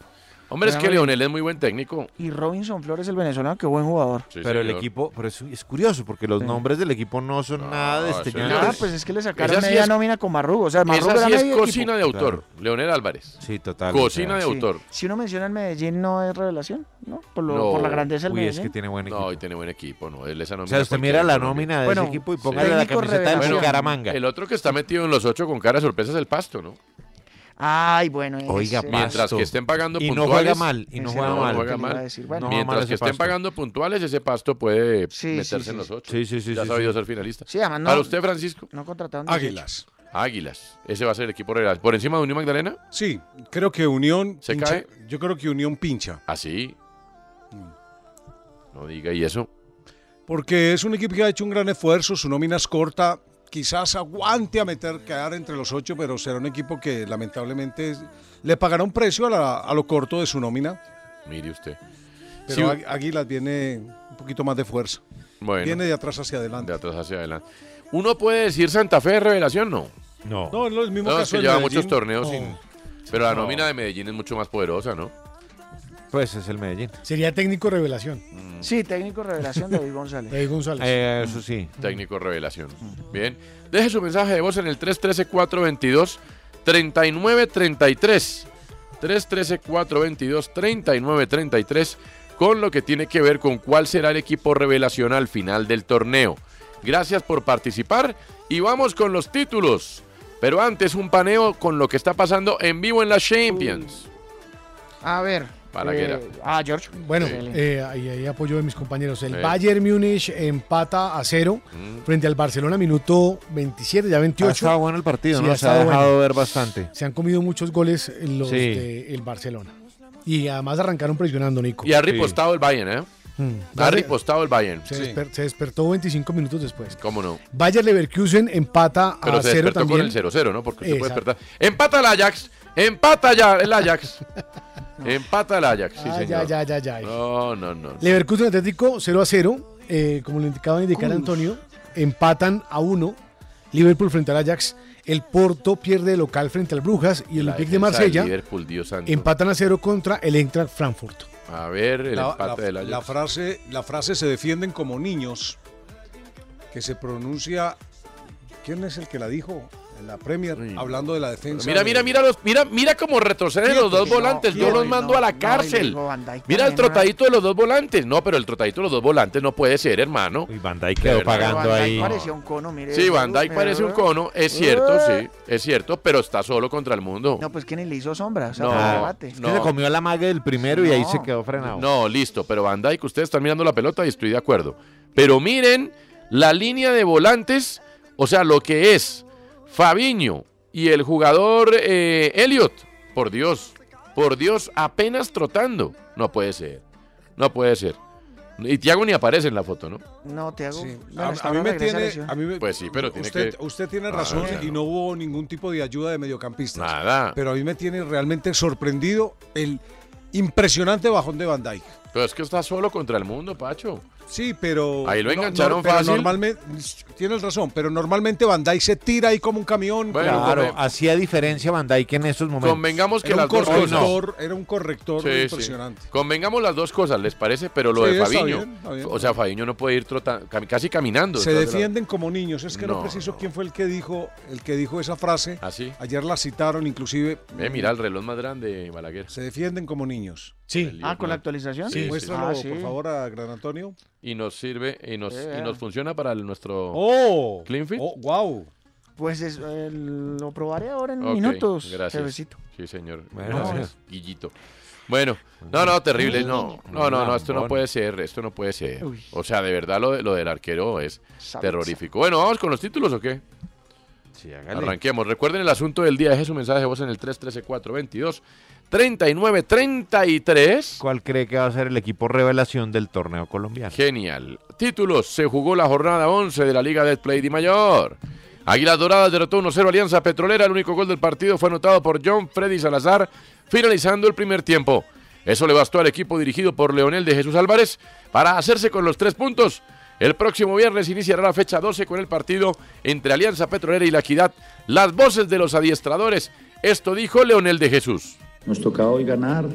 Hombre, es Juega que muy bien. Leonel es muy buen técnico. Y Robinson Flores, el venezolano, qué buen jugador. Sí, pero el señor. equipo, pero es, es curioso porque los Sí. nombres del equipo no son nada eso desteñantes. no Ah, pues es que le sacaron Esa sí media es- nómina con Marrugo. O sea, Marrugo Esa sí era es medio equipo. cocina de autor, Leonel Álvarez. Sí, total. Cocina de Sí. autor. Si uno menciona el Medellín, no es revelación, ¿no? Por, lo- por la grandeza del Medellín. tiene buen equipo. No, y tiene buen equipo, no. Él esa O sea, usted mira la nómina de Bueno, ese equipo y sí. póngale la técnico camiseta del revelación. Bucaramanga. El otro que está metido en los ocho con cara de sorpresa es el Pasto, ¿no? Ay, bueno. Oiga, ese- Mientras Pasto. que estén pagando Y no puntuales. juega mal, y no Ese juega no, mal. juega que le iba mal. a decir, bueno. No juega Mientras mal ese que estén Pasto. pagando puntuales, ese Pasto puede Sí, sí, meterse sí, en sí. los ocho. Sí, sí, sí, Ya ha sí, sabido sí. ser finalista. Sí, además no- Para usted, Francisco. No contrataron. Águilas. Águilas. Ese va a ser el equipo real. ¿Por encima de Unión Magdalena? Sí, creo que Unión. ¿Se pincha- cae? Yo creo que Unión pincha. Así. Ah, No diga, ¿y eso? Porque es un equipo que ha hecho un gran esfuerzo, su nómina es corta, quizás aguante a meter, quedar entre los ocho, pero será un equipo que lamentablemente es- le pagará un precio a, la- a lo corto de su nómina. Mire usted. Sí, Pero Águ- Águilas viene un poquito más de fuerza. Bueno. Viene de atrás hacia adelante. de atrás hacia adelante. Uno puede decir Santa Fe de revelación, no. No. No, no, el mismo es caso que del lleva Medellín. muchos torneos No. sin. Pero la No. nómina de Medellín es mucho más poderosa, ¿no? Pues es el Medellín. Sería técnico revelación. Mm. Sí, técnico revelación David González. David González. Eh, eso sí. Técnico revelación. Bien. Deje su mensaje de voz en el 313-422-3933. 313-422-3933 con lo que tiene que ver con cuál será el equipo revelación al final del torneo. Gracias por participar y vamos con los títulos. Pero antes un paneo con lo que está pasando en vivo en la Champions. A ver. Balaguer. eh, ah, George. Bueno, Excelente. eh, ahí, ahí apoyo de mis compañeros. El Sí. Bayern Múnich empata a cero Mm. frente al Barcelona, minuto 27, ya 28. Ha estado bueno el partido, Sí, ¿no? ha Se ha estado dejado bueno. ver bastante. Se han comido muchos goles los Sí. del Barcelona. Y además arrancaron presionando, Nico. Y ha ripostado el Bayern, ¿eh? Uh, Mm. Ha ripostado el Bayern. Se, desper- se despertó 25 minutos después. ¿Cómo no? Bayern Leverkusen empata Pero a se cero despertó también. con el 0-0, ¿no? Porque usted puede Exacto. despertar. Empata el Ajax. Empata ya el Ajax. Empata el Ajax, sí, Ah, señor. ya, ya, ya, ya. No, no, no. Leverkusen Atlético 0 a 0, eh, como lo indicaba indicar Antonio, empatan a 1, Liverpool frente al Ajax, el Porto pierde de local frente al Brujas y el La Olympique de defensa del Marsella Liverpool, Dios santo. empatan a 0 contra el Eintracht Frankfurt. A ver, el La, empate la- del Ajax. la frase, la frase se defienden como niños, que se pronuncia. ¿Quién es el que la dijo? En la Premier, hablando de la defensa. Mira, de- mira, mira, los, mira, mira cómo retroceden los dos Quietos, volantes. Yo quietos, los mando a no, la no, y cárcel. luego Van Dijk Mira el también, ¿verdad? trotadito de los dos volantes. No, pero el trotadito de los dos volantes no puede ser, hermano. Y Van Dijk quedó pagando Van Dijk parecía un cono, mire. Sí, Van Mire, Dijk parece un mire. cono, es cierto, Eh. sí, es cierto, pero está solo contra el mundo. No, pues que ni le hizo sombra. O sea, No, fue un debate. no. Se comió la mague del primero y ahí No. se quedó frenado. No, listo, pero Van Dijk, ustedes están mirando la pelota y estoy de acuerdo. Pero miren la línea de volantes, o sea, lo que es Fabiño y el jugador eh, Elliot. Por Dios, por Dios, apenas trotando. No puede ser, no puede ser. Y Tiago ni aparece en la foto, ¿no? No, te hago. bueno, A, hasta a mí ahora me regresa tiene. lesión. a mí me- Pues sí, pero tiene usted, que- usted tiene Ah, razón claro. y no hubo ningún tipo de ayuda de mediocampistas. Nada. Pero a mí me tiene realmente sorprendido el impresionante bajón de Van Dijk. Pero es que está solo contra el mundo, Pacho. Sí, pero. Ahí lo engancharon pero fácil. Normalmente, tienes razón, pero normalmente Van Dijk se tira ahí como un camión. como- claro, hacía diferencia Van Dijk en esos momentos. Convengamos que era, las un dos cosas. corrector, era un corrector Sí, sí. impresionante. Convengamos las dos cosas, ¿les parece? Pero lo Sí, de está Fabiño. bien, está bien. o sea, Fabiño no puede ir trota- cam- casi caminando. Se detrás de la- defienden como niños. Es que no, No, preciso quién fue el que dijo el que dijo esa frase. Así. Ayer la citaron, inclusive. Ve, mira el reloj más grande, Balaguer. Se defienden como niños. Sí. Ah, con la actualización. Sí, sí, sí. Muéstralo, Ah, por favor, a Gran Antonio. Y nos sirve y nos, Eh. y nos funciona para el- nuestro ¡Oh! clean fit. ¡Oh, wow! Pues es- eh, lo probaré ahora en Ok, minutos. Gracias. Jefecito. Sí, señor. Bueno, gracias. gracias. Guillito. Bueno, no, no, terrible. No, no, no, no, esto no Lambón. puede ser. Esto no puede ser. Uy. O sea, de verdad lo, de- lo del arquero es Sabitza. terrorífico. Bueno, vamos con los títulos o qué? Sí, hágale. Arranquemos. Recuerden el asunto del día. Deje su mensaje de voz en el 313-422. 39-33. ¿Cuál cree que va a ser el equipo revelación del torneo colombiano? Genial. Títulos. Se jugó la jornada 11 de la Liga de Play de Mayor. Águilas Doradas derrotó 1-0 Alianza Petrolera. El único gol del partido fue anotado por John Freddy Salazar, finalizando el primer tiempo. Eso le bastó al equipo dirigido por Leonel de Jesús Álvarez para hacerse con los tres puntos. El próximo viernes iniciará la fecha 12 con el partido entre Alianza Petrolera y La Equidad. Las voces de los adiestradores. Esto dijo Leonel de Jesús. Nos tocaba hoy ganar.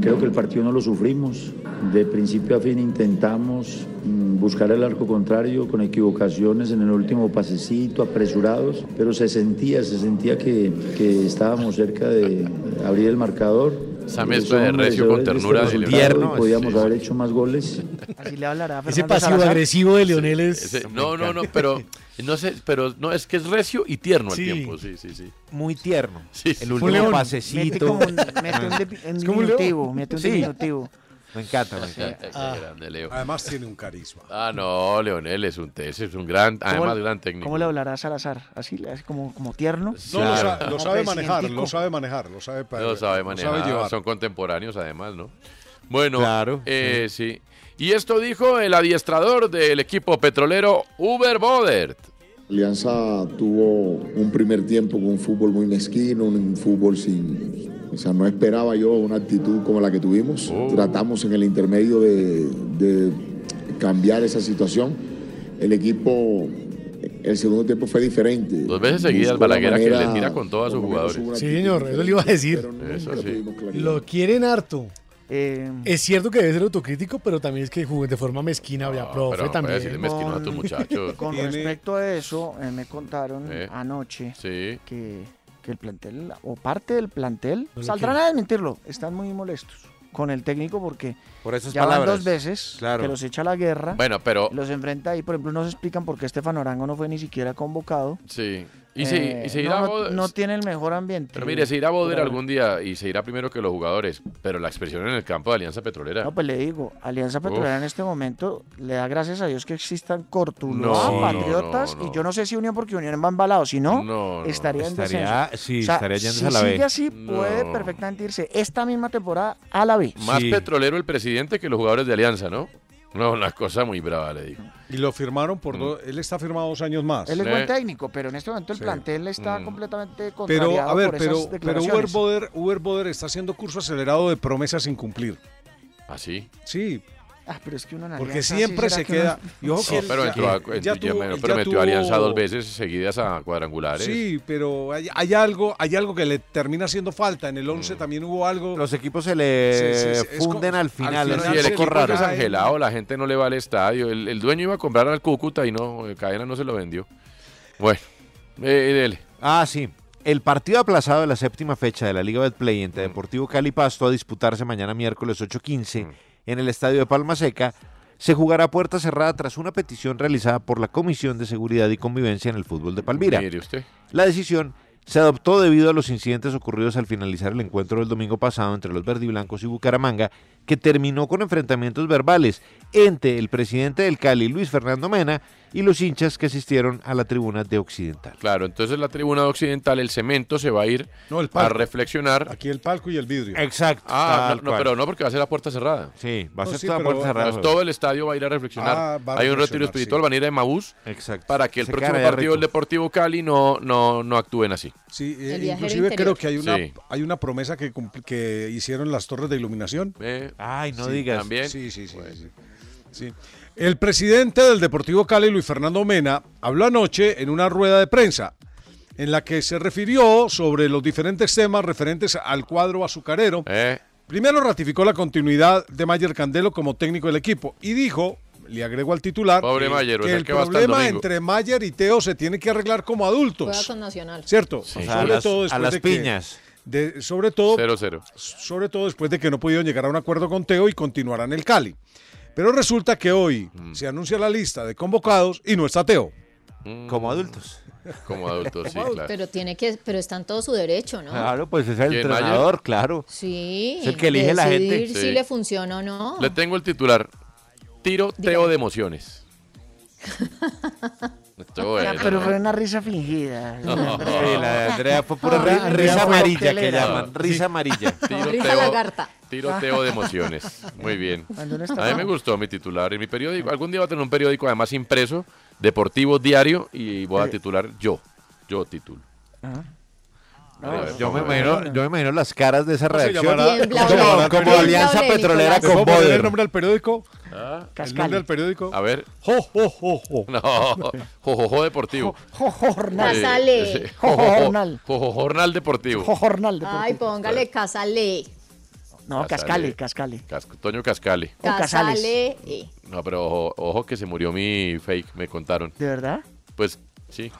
Creo que el partido no lo sufrimos. De principio a fin intentamos mm, buscar el arco contrario con equivocaciones en el último pasecito, apresurados, pero se sentía, se sentía que, que estábamos cerca de abrir el marcador. Esa mezcla de Somos recio con merecedores de este ternura de resultado y Leonel. Podíamos haber hecho más goles. Así le hablará a Ese Fernando pasivo Salazar. agresivo de Leonel es... Ese- Eh, no, no, no, pero no sé, pero no es que es recio y tierno al Sí. tiempo, sí, sí, sí. Muy tierno. Sí, sí. El Fue León. último pasecito. Mete como un, mete un, de- un como un león. diminutivo, Ah. mete un Sí. diminutivo. Me encanta, me encanta. Ah, Qué grande, Leo. Además tiene un carisma. Ah, no, Leonel es un es un gran, además gran técnico. ¿Cómo le hablará Salazar? ¿Así, así como, como tierno? No, lo, sa- Claro. lo sabe pues, Como manejar, presidentico. lo sabe manejar, lo sabe, pa- Lo sabe manejar. llevar. Son contemporáneos además, ¿no? Bueno, eh, sí. Y esto dijo el adiestrador del equipo petrolero Uber Bodert. Alianza tuvo un primer tiempo con un fútbol muy mezquino, un fútbol sin... O sea, no esperaba yo una actitud como la que tuvimos. Oh. Tratamos en el intermedio de, de cambiar esa situación. El equipo, el segundo tiempo fue diferente. Dos veces seguidas Buscó la Balaguer a quien le manera- tira con todos sus jugadores. Sí, señor, eso le iba a decir. Eso sí. Lo quieren harto. Em. es cierto que debe ser autocrítico, pero también es que jugó de forma mezquina, había pero profe no puedes también. decirle mezquino a tus muchachos. Con Tiene- respecto a eso, eh, me contaron Eh, anoche sí. que, que el plantel, o parte del plantel, No lo saldrán quiere. a desmentirlo, están muy molestos con el técnico porque Por esas ya palabras. van dos veces Claro. que los echa a la guerra, Bueno, pero los enfrenta ahí, por ejemplo, no se explican por qué Estefan Arango no fue ni siquiera convocado. sí. Y si, Eh, y si irá no, no, Boder- no tiene el mejor ambiente. pero mire, se irá a Boder Pero- algún día y se irá primero que los jugadores, pero la expresión en el campo de Alianza Petrolera. No, pues le digo, Alianza Petrolera en este momento le da gracias a Dios que existan Cortuloa, No, Patriotas, no, no, no. y yo no sé si Unión porque Unión va embalado, si no, No, no. estaría en Estaría- descenso. sí, estaría yéndose si a la B. sigue así, puede No. perfectamente irse esta misma temporada a la B. Más petrolero el presidente que los jugadores de Alianza, ¿no? No, una cosa muy brava, le digo. Y lo firmaron Mm. por dos, él está firmado dos años más. Él es buen técnico, pero en este momento el plantel está Mm. completamente contrariado Pero, a ver, por esas pero, pero Uber, declaraciones. Boder, Uber Boder está haciendo curso acelerado de promesas sin cumplir. ¿Ah, sí? Sí, Ah, pero es que uno en Porque Alianza, siempre ¿será se que uno- queda- y ojo que No, él pero ya- entró a- ya entró- ya tuvo- me- ya pero metió tuvo- a Alianza dos veces seguidas a cuadrangulares. sí, pero hay, hay algo, hay algo que le termina haciendo falta. En el Mm. 11 también hubo algo. Los equipos se le Sí, sí, sí, es funden como- al final. Sí, es el un equipo poco raro. es angelado, la gente no le va al estadio. El, el dueño iba a comprar al Cúcuta y no, eh, Cadena no se lo vendió. Bueno, eh, dele. Ah, sí. El partido aplazado de la séptima fecha de la Liga Betplay entre Mm. Deportivo Cali y Pasto a disputarse mañana miércoles Mm. 8.15 en el Estadio de Palma Seca se jugará a puerta cerrada tras una petición realizada por la Comisión de Seguridad y Convivencia en el Fútbol de Palmira. Mire usted. La decisión se adoptó debido a los incidentes ocurridos al finalizar el encuentro del domingo pasado entre los verdiblancos y Bucaramanga, que terminó con enfrentamientos verbales entre el presidente del Cali, Luis Fernando Mena, y los hinchas que asistieron a la tribuna de Occidental. Claro, entonces la tribuna occidental, el cemento se va a ir No, el a palco. reflexionar. Aquí el palco y el vidrio. Exacto. Ah, Tal no, no, cual. pero no porque va a ser a puerta cerrada. Sí, va a No, ser sí, toda pero- puerta cerrada. todo el estadio va a ir a reflexionar. Ah, va a Hay un reflexionar, retiro espiritual, sí. van a ir a Maús Exacto. para que el Se próximo quedan allá partido del Deportivo Cali no, no, no actúen así. Sí, eh, El viajero inclusive creo interior. que hay una, Sí. hay una promesa que, cumpl- que hicieron las torres de iluminación. Ay, Sí, Eh. También. Sí, sí, sí. sí. Sí. El presidente del Deportivo Cali, Luis Fernando Mena, habló anoche en una rueda de prensa en la que se refirió sobre los diferentes temas referentes al cuadro azucarero. Eh. Primero ratificó la continuidad de Mayer Candelo como técnico del equipo y dijo, le agregó al titular, Pobre Mayer, o que sea, el que va hasta el problema domingo. entre Mayer y Teo se tiene que arreglar como Juega adultos. con Nacional. ¿Cierto? O sea, a las- a las de que- piñas. de- sobre todo. Cero, cero. Sobre todo después de que no pudieron llegar a un acuerdo con Teo y continuarán el Cali. Pero resulta que hoy Mm. se anuncia la lista de convocados y no está Teo. Como adultos. Mm. Como adultos, sí, claro. Pero tiene que, pero está en todo su derecho, ¿no? Claro, pues es el ¿Quién, entrenador, Mayer? claro. Sí. Es el que elige de la gente. decidir Sí. si le funciona o no. Oh. Le tengo el titular. Tiroteo de emociones. Estuvo Ah, bueno. pero fue una risa fingida. No. eh, Sí, la de Andrea fue pura ri- Andrea risa fue amarilla que coctelera. llaman, risa amarilla. Tiroteo- Ah. Tiroteo de emociones. Muy bien. Cuando uno está A mí me mal. gustó mi titular y mi periódico. Algún día va a tener un periódico además impreso, deportivo, diario, y voy a Eh. titular yo. Yo titulo. No, yo, me no, imagino, no. yo me imagino las caras de esa ¿Cómo se reacción. llamará? Bien, Como, Blau, Blau, como Blau, Alianza Blau, Petrolera Nicolás. ¿Le puedo con poner el Boder. nombre al periódico? Ah, El Ah, Cascali. nombre del periódico. A ver. Jo, jo, jo, jo. No, jojojo deportivo. Jornal. Eh, Casale. sí. Jornal. Jojojo jornal deportivo. Jornal de Ay, póngale Casale. No, Cascale, Cascale. Casco- Toño Cascale. Casale. No, pero ojo, ojo que se murió mi fake, me contaron. ¿De verdad? Pues sí.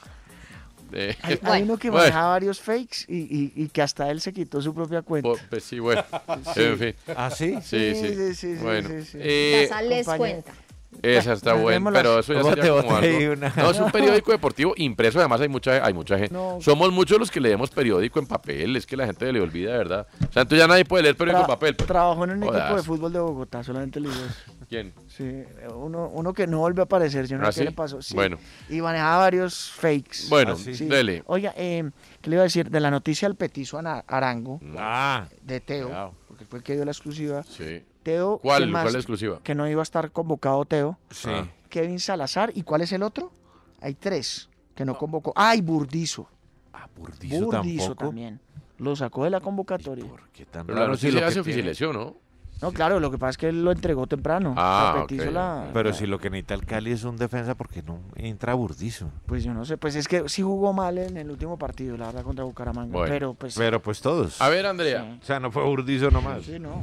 Eh, Hay, hay uno que bueno, manejaba varios fakes y, y- y que hasta él se quitó su propia cuenta. pues sí, bueno. Sí. En fin. ¿Ah, sí? Sí, sí. Sí, sí, sí, bueno. sí, sí. eh, Casale es Compañero. cuenta. Esa está buena, pero eso ya ¿Cómo sería te como boté algo- ahí una? No, es un periódico deportivo impreso, además hay mucha hay mucha gente. No. Somos muchos los que leemos periódico en papel, es que la gente le olvida, de verdad. O sea, entonces ya nadie puede leer periódico en Tra- papel. pues. Trabajó en un equipo de Jodas. fútbol de Bogotá, solamente le digo eso. ¿Quién? Sí, uno, uno que no volvió a aparecer, yo no ¿Ah, sé sí? qué le pasó. sí. Bueno. Y manejaba varios fakes. Bueno, Ah, sí. dele. Oiga, eh, ¿qué le iba a decir? De la noticia al petizo Ana- Arango, Ah. de Teo, porque fue el que dio la exclusiva. Sí. Teo, ¿qué ¿Cuál? más? ¿Cuál es la exclusiva? Que no iba a estar convocado Teo. Sí. Ah. Kevin Salazar, ¿y cuál es el otro? Hay tres que no convocó. ¡Ay, Burdizo! Ah, Burdizo tampoco. también. Lo sacó de la convocatoria. Tan Pero la raro si noticia lo ya que se tiene- oficializó, ¿no? Ah, No, claro, lo que pasa es que él lo entregó temprano. O sea, Petizo Ah, la- Ah, Pero la- si lo que necesita el Cali es un defensa, porque no entra Burdizo. Pues yo no sé, pues es que sí jugó mal en el último partido, la verdad, contra Bucaramanga. Bueno, pero pues. pero pues todos. A ver, Andrea. O sea, no fue Burdizo nomás. Sí, no.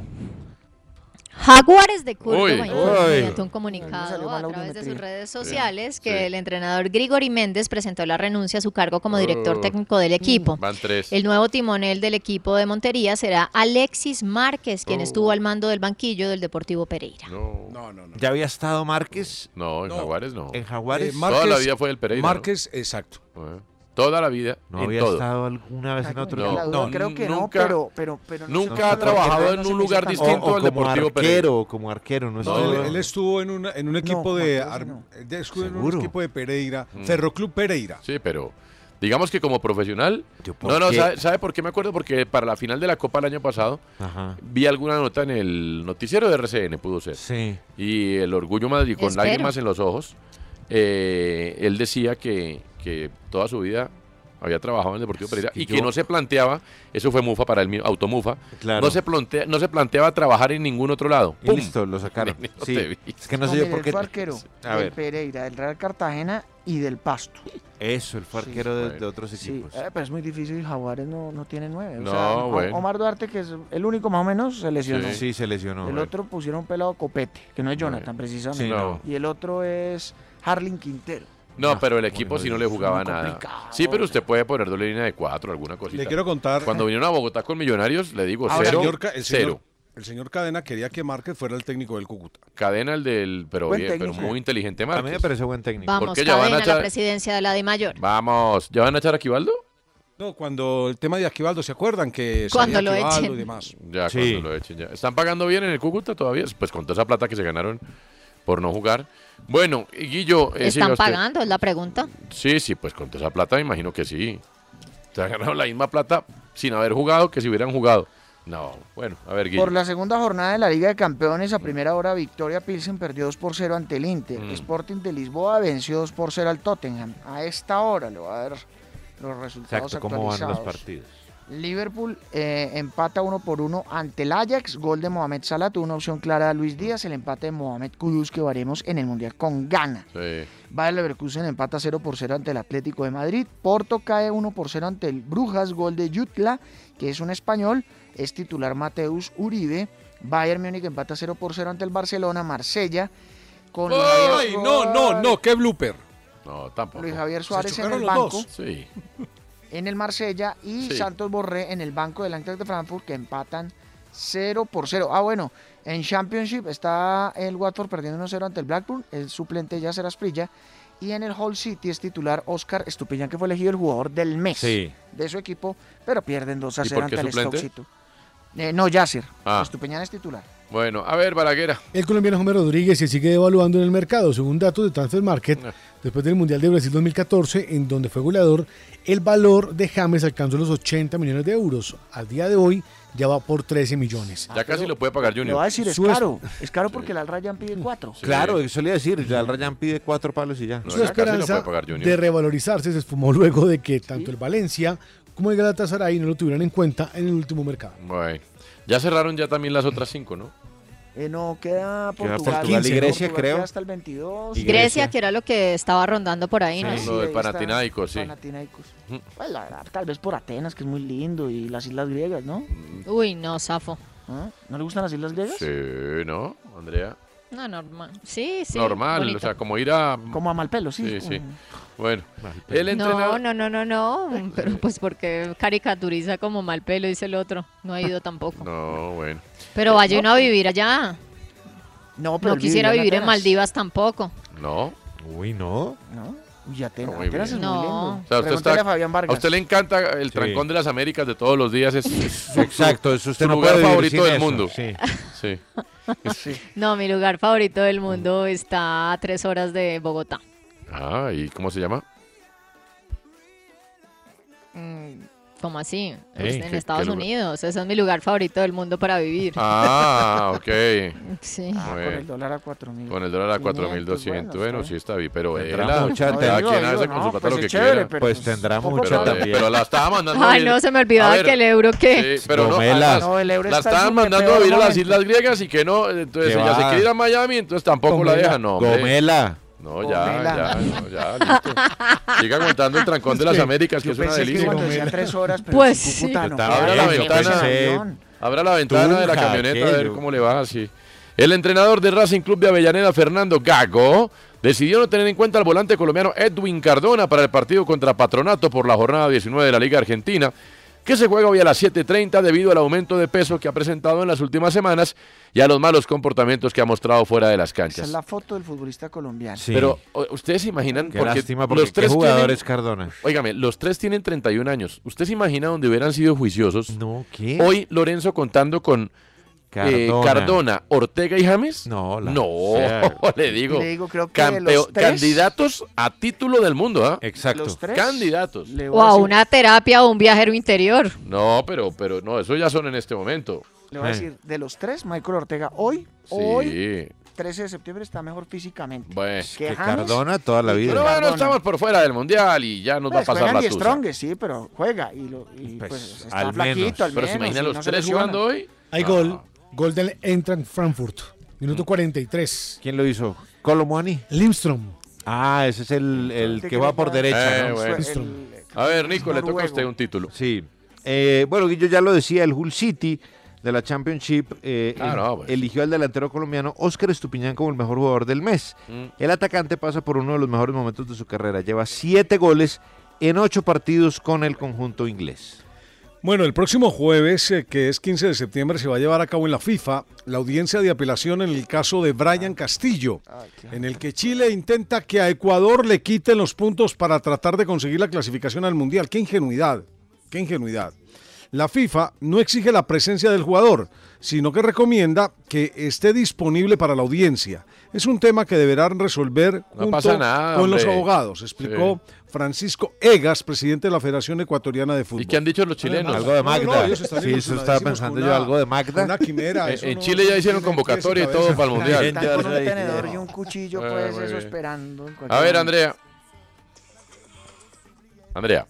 Jaguares de Uy. Córdoba informó Uy. mediante un No salió comunicado mal la a través de sus audiometría. redes sociales que el entrenador Grigori Méndez presentó la renuncia a su cargo como Oh. Mm, pues. director técnico del equipo. Van tres. El nuevo timonel del equipo de Montería será Alexis Márquez, quien Oh. estuvo al mando del banquillo del Deportivo Pereira. No. ¿Ya había estado Márquez? No, en No. Jaguares no. En Jaguares. Eh, Toda la Márquez- vida fue del Pereira. Márquez, exacto. Toda la vida. ¿No en había todo. estado alguna vez en No, otro no, equipo? creo que nunca- no, pero. pero, pero no nunca sé, ha porque trabajado no se en un me hizo lugar tan- distinto O al como Deportivo arquero, como arquero. No No, estuvo- él, él estuvo en, una- en un equipo de, ar- de- estuvo en un Seguro. equipo de Pereira, Mm. Ferroclub Pereira. Sí, pero digamos que como profesional. ¿por No, no, qué? ¿sabe, sabe por qué me acuerdo? Porque para la final de la Copa el año pasado Ajá. vi alguna nota en el noticiero de RCN, pudo ser. Sí. Y el Orgullo Madrid con Espero. lágrimas en los ojos, eh, él decía que, que toda su vida había trabajado en el Deportivo Pereira que y que yo- no se planteaba, eso fue Mufa para él mismo, Automufa, Claro. no, se plantea, no se planteaba trabajar en ningún otro lado. Y ¡Pum! listo, lo sacaron. Ni- no Sí. te vi. Es que no sé Mire, yo por él qué. fue arquero. A del ver. Pereira, del Real Cartagena y del Pasto. Eso, el fue arquero de, de otros Sí, equipos. eh, pero es muy difícil y Jaguares no, no tiene nueve. No, o sea, O- bueno. Omar Duarte, que es el único más o menos, se lesionó. Sí, sí, se lesionó, El bueno. otro pusieron un pelado copete, que no es Jonathan precisamente. Sí, no. Y el otro es Harling Quintero. Ah, Ah, No, pero el equipo si no le jugaba nada. Sí, pero usted puede poner doble línea de cuatro, alguna cosita. Le quiero contar- Cuando vinieron a Bogotá con Millonarios, le digo el, Pues cero, señor, Ca- el señor- cero. el señor Cadena quería que Márquez fuera el técnico del Cúcuta. Cadena el del, pero Buen bien, pero técnico. muy inteligente Márquez. A mí me parece buen técnico. Vamos, Porque ya van cadena a a la echar, presidencia de la de Mayor. vamos, ya van a echar a Quibaldo. No, cuando el tema de Aquivaldo, ¿se acuerdan? Que Cuando salía lo Aquivaldo echen. y demás. Ya cuando lo echen ya. ¿Están pagando bien en el Cúcuta todavía? Pues con toda esa plata que se ganaron por no jugar. Bueno, Guillo, eh, siga ¿Están usted. pagando? Es la pregunta. Sí, sí, pues con toda esa plata me imagino que sí. Se han ganado la misma plata sin haber jugado que si hubieran jugado. No, bueno, a ver, Guillo. Por la segunda jornada de la Liga de Campeones, a primera hora, Victoria Pilsen perdió 2 por 0 ante el Inter. Mm. Sporting de Lisboa venció 2 por 0 al Tottenham. A esta hora le va a dar los resultados Exacto, ¿cómo van los actualizados. partidos? Liverpool eh, empata 1 por 1 ante el Ajax. Gol de Mohamed Salah tuvo una opción clara de Luis Díaz. El empate de Mohamed Kudus que veremos en el Mundial con Ghana. Sí. Bayer Leverkusen empata 0 por 0 ante el Atlético de Madrid. Porto cae 1 por 0 ante el Brujas. Gol de Yutla, que es un español. Es titular Mateus Uribe. Bayern Múnich empata 0 por 0 ante el Barcelona. Marsella. Con Luis Javier ¡Ay, no, no, Suárez- no! ¡Qué blooper! No, tampoco. Luis Javier Suárez en chocaron el los banco. dos. Sí. En el Marsella y Sí. Santos Borré en el banco del Eintracht de Frankfurt que empatan 0 por 0. Ah, bueno, en Championship está el Watford perdiendo 1-0 ante el Blackburn. El suplente ya será Asprilla. Y en el Hull City es titular Oscar Estupiñán, que fue elegido el jugador del mes Sí. de su equipo, pero pierden 2 ¿Y 0 por qué ante el suplente? Stockcito. Eh, no, Yasser. Ah. Estupiñán es titular. Bueno, a ver, Balaguera. El colombiano Homer Rodríguez se sigue devaluando en el mercado. Según datos de Transfer Market, Ah. después del Mundial de Brasil 2014, en donde fue goleador, el valor de James alcanzó los 80 millones de euros. Al día de hoy ya va por 13 millones. Ya casi lo puede pagar Lo Junior. va a decir, es Su es- caro. Es caro porque el Al Ryan pide 4. Claro, eso le iba a decir. Ya el Ryan pide cuatro palos y ya. No, Su esperanza de revalorizarse se esfumó luego de que tanto el Valencia como el Galatasaray no lo tuvieran en cuenta en el último mercado. Bueno. Ya cerraron ya también las otras cinco, ¿no? Eh, no, queda Portugal. Portugal y ¿no? Grecia, Portugal creo. queda hasta el 22. Grecia, que era lo que estaba rondando por ahí, ¿no? Sí, lo ahí de está, Panathinaikos, sí. Panathinaikos. Pues la verdad, tal vez por Atenas, que es muy lindo, y las islas griegas, ¿no? Uy, no, Safo. ¿Ah? ¿No le gustan las islas griegas? Mm. Sí, ¿no, Andrea? No, normal. Sí, sí. Normal, bonito. o sea, como ir a... Como a Malpelo, sí. Mm. Sí, sí. Bueno, el No, entrenador... no, no, no, no. Pero pues porque caricaturiza como mal pelo, dice el otro. No ha ido tampoco. No, bueno. Pero vaya uno a vivir allá. No, pero No quisiera vivir en Maldivas tampoco. No. Uy, no. No. Ya te Muy bien. Atenas es muy No. lindo. O sea, usted Pregúntale está- a Fabián Vargas. a usted le encanta el trancón de las Américas de todos los días. Es, es su- Exacto, su- eso usted su no lugar puede vivir favorito sin del eso, mundo. sí. Sí. No, mi lugar favorito del Mm. mundo está a tres horas de Bogotá. Ah, ¿y cómo se llama? Mm, ¿Cómo así? Pues Ey, en qué- Estados qué lugar. Unidos. Ese es mi lugar favorito del mundo para vivir. Ah, ok. Sí. Muy Ah, con bien. el dólar a 4.000. Con el dólar a 4.200. 4.500, Bueno, bueno, sí está bien, pero él, Tendrá mucha cada ante- quien Digo, hace digo, con su no, plata pues lo que es chévere, quiera. pero Pues tendrá poco mucha pero, eh, también. Pero la estaba mandando Ay, a ir- no, se me A olvidaba ver, que el euro qué. Sí, pero no, Gomelas. además, No, el euro la está estaban en el mandando a peor vivir a las momento. Islas Griegas y que no, entonces Que ella se va. quiere ir a Miami, entonces tampoco la Gomela. dejan, no. hombre. Gomela. No, ya, Gomela. ya, no, ya, listo. Siga aguantando el trancón de las Américas, que es una Pensé que delicia. cuando decía tres horas, pero Pues si sí. Cúcuta no Abra queda, la pero ventana, avión. abra la ventana de la Tunja, camioneta a ver aquello. cómo le va así. El entrenador de Racing Club de Avellaneda, Fernando Gago, decidió no tener en cuenta al volante colombiano Edwin Cardona para el partido contra Patronato por la jornada 19 de la Liga Argentina, que se juega hoy a las 7.30 debido al aumento de peso que ha presentado en las últimas semanas y a los malos comportamientos que ha mostrado fuera de las Esa es canchas. la foto del futbolista colombiano. Pero o- ustedes se imaginan Qué lástima, porque los qué tres jugadores tienen- Cardona. Óigame, los tres tienen 31 años. ¿Usted se imagina donde hubieran sido juiciosos? No, ¿qué? Hoy Lorenzo contando con eh, Cardona, Cardona. Ortega y James. No, la- no, o sea, le digo. Le digo, creo que de los tres- candidatos a título del mundo, ¿ah? Exacto. Los tres Candidatos. le voy O a decir- una terapia o un viajero interior. No, pero, pero no, eso ya son en este momento. Le voy a Eh. decir, de los tres, Michael Ortega hoy, Sí. hoy, 13 de septiembre, está mejor físicamente. Bueno. Que James Cardona toda la y vida. Pero bueno, Cardona. estamos por fuera del mundial y ya nos Pues, va a pasar juegan la die tusa. Strong, sí, pero juega. Y, lo- y, pues, está al flaquito, menos. al Pero se menos, imagina y los no se tres lesiona. jugando hoy. Hay gol. Ah. Gol del Eintracht Frankfurt. Mm. Minuto 43. ¿Quién lo hizo? Colomwani. Lindstrom. Ah, ese es el, el que va por derecha. Eh, ¿no? bueno. A ver, Nico, le toca a usted un título. Sí. Eh, bueno, yo ya lo decía, el Hull City de la Championship eh, Ah, el- no, pues. eligió al delantero colombiano Óscar Estupiñán como el mejor jugador del mes. Mm. El atacante pasa por uno de los mejores momentos de su carrera. Lleva siete goles en ocho partidos con el conjunto inglés. Bueno, el próximo jueves, eh, que es 15 de septiembre, se va a llevar a cabo en la FIFA la audiencia de apelación en el caso de Brian Castillo, en el que Chile intenta que a Ecuador le quiten los puntos para tratar de conseguir la clasificación al Mundial. ¡Qué ingenuidad! ¡Qué ingenuidad! La FIFA no exige la presencia del jugador, sino que recomienda que esté disponible para la audiencia. Es un tema que deberán resolver No junto pasa nada, con los hombre. abogados, explicó Francisco Egas, presidente de la Federación Ecuatoriana de Fútbol. ¿Y qué han dicho los chilenos? Algo de Magda. No, no, ellos están sí, eso estaba ilusionadísimos pensando con yo, una- algo de Magda. una quimera, Eh, eso en no- Chile ya hicieron no tiene pies y convocatoria y cabeza. todo para el mundial. Están con un tenedor y un cuchillo, Ah, pues, muy eso bien. esperando. en cualquier A ver, momento. Andrea. Andrea.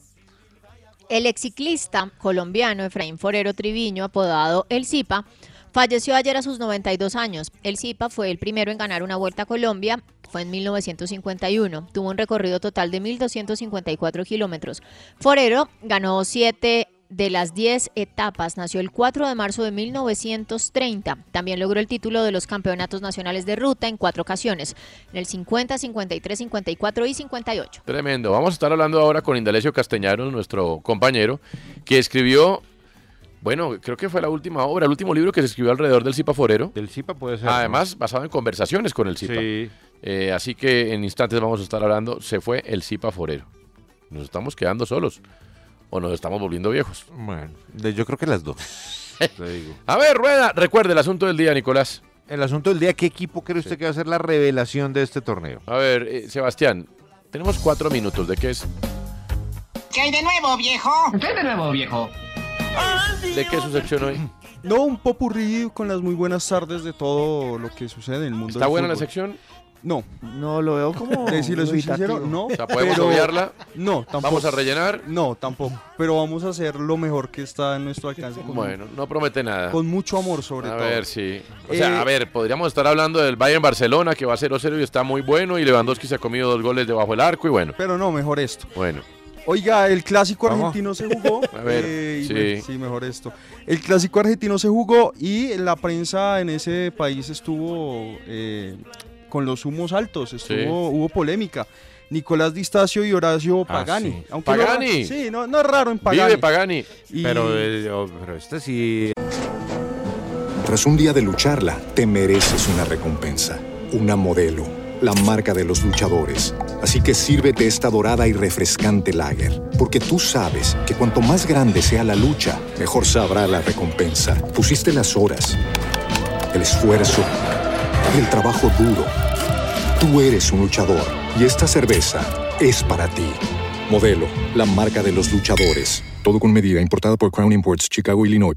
El exciclista colombiano Efraín Forero Triviño, apodado El Cipa, falleció ayer a sus 92 años. El Cipa fue el primero en ganar una Vuelta a Colombia, fue en 1951. Tuvo un recorrido total de 1.254 kilómetros. Forero ganó siete de las 10 etapas. Nació el 4 de marzo de 1930. También logró el título de los campeonatos nacionales de ruta en cuatro ocasiones, en el 50, 53, 54 y 58. Tremendo. Vamos a estar hablando ahora con Indalecio Castellanos, nuestro compañero, que escribió, bueno, creo que fue la última obra, el último libro que se escribió alrededor del Cipa Forero. Del Cipa puede ser. ¿no? Además, basado en conversaciones con el Cipa. Sí. Eh, así que en instantes vamos a estar hablando. Se fue el Cipa Forero. Nos estamos quedando solos. O nos estamos volviendo viejos. Bueno, de- yo creo que las dos. te digo. A ver, Rueda, recuerde el asunto del día, Nicolás. El asunto del día, ¿qué equipo cree usted que va a ser la revelación de este torneo? A ver, eh, Sebastián, tenemos cuatro minutos. ¿De qué es? ¿Qué hay de nuevo, viejo? ¿Qué hay de nuevo, viejo? ¿De qué es su sección hoy? No, un popurrí con las muy buenas tardes de todo lo que sucede en el mundo. ¿Está buena la sección? No. No, lo veo como. Eh, si lo soy dubitativo. sincero, no. sea, ¿podemos pero- obviarla? No, tampoco. ¿Vamos a rellenar? No, tampoco. Pero vamos a hacer lo mejor que está en nuestro alcance. con- Bueno, no promete nada. Con mucho amor, sobre a todo. ver, sí. O sea, Eh, a ver, podríamos estar hablando del Bayern Barcelona que va 0-0 y está muy bueno y Lewandowski se ha comido dos goles debajo del arco y bueno. Pero no, mejor esto. Bueno. Oiga, el clásico Vamos. argentino se jugó. A ver, eh, y sí. me- sí, mejor esto. El clásico argentino se jugó y la prensa en ese país estuvo eh, con los humos altos, estuvo, hubo polémica. Nicolás Distacio y Horacio Ah, Pagani. sí. Aunque no- Pagani. sí, no, no es raro en Pagani. Vive Pagani. Y- Pero, eh, oh, pero este sí. tras un día de lucharla, te mereces una recompensa, una modelo, la marca de los luchadores. Así que sírvete esta dorada y refrescante lager, porque tú sabes que cuanto más grande sea la lucha, mejor sabrá la recompensa. Pusiste las horas, el esfuerzo, el trabajo duro. Tú eres un luchador y esta cerveza es para ti. Modelo, la marca de los luchadores. Todo con medida, importada por Crown Imports, Chicago, Illinois.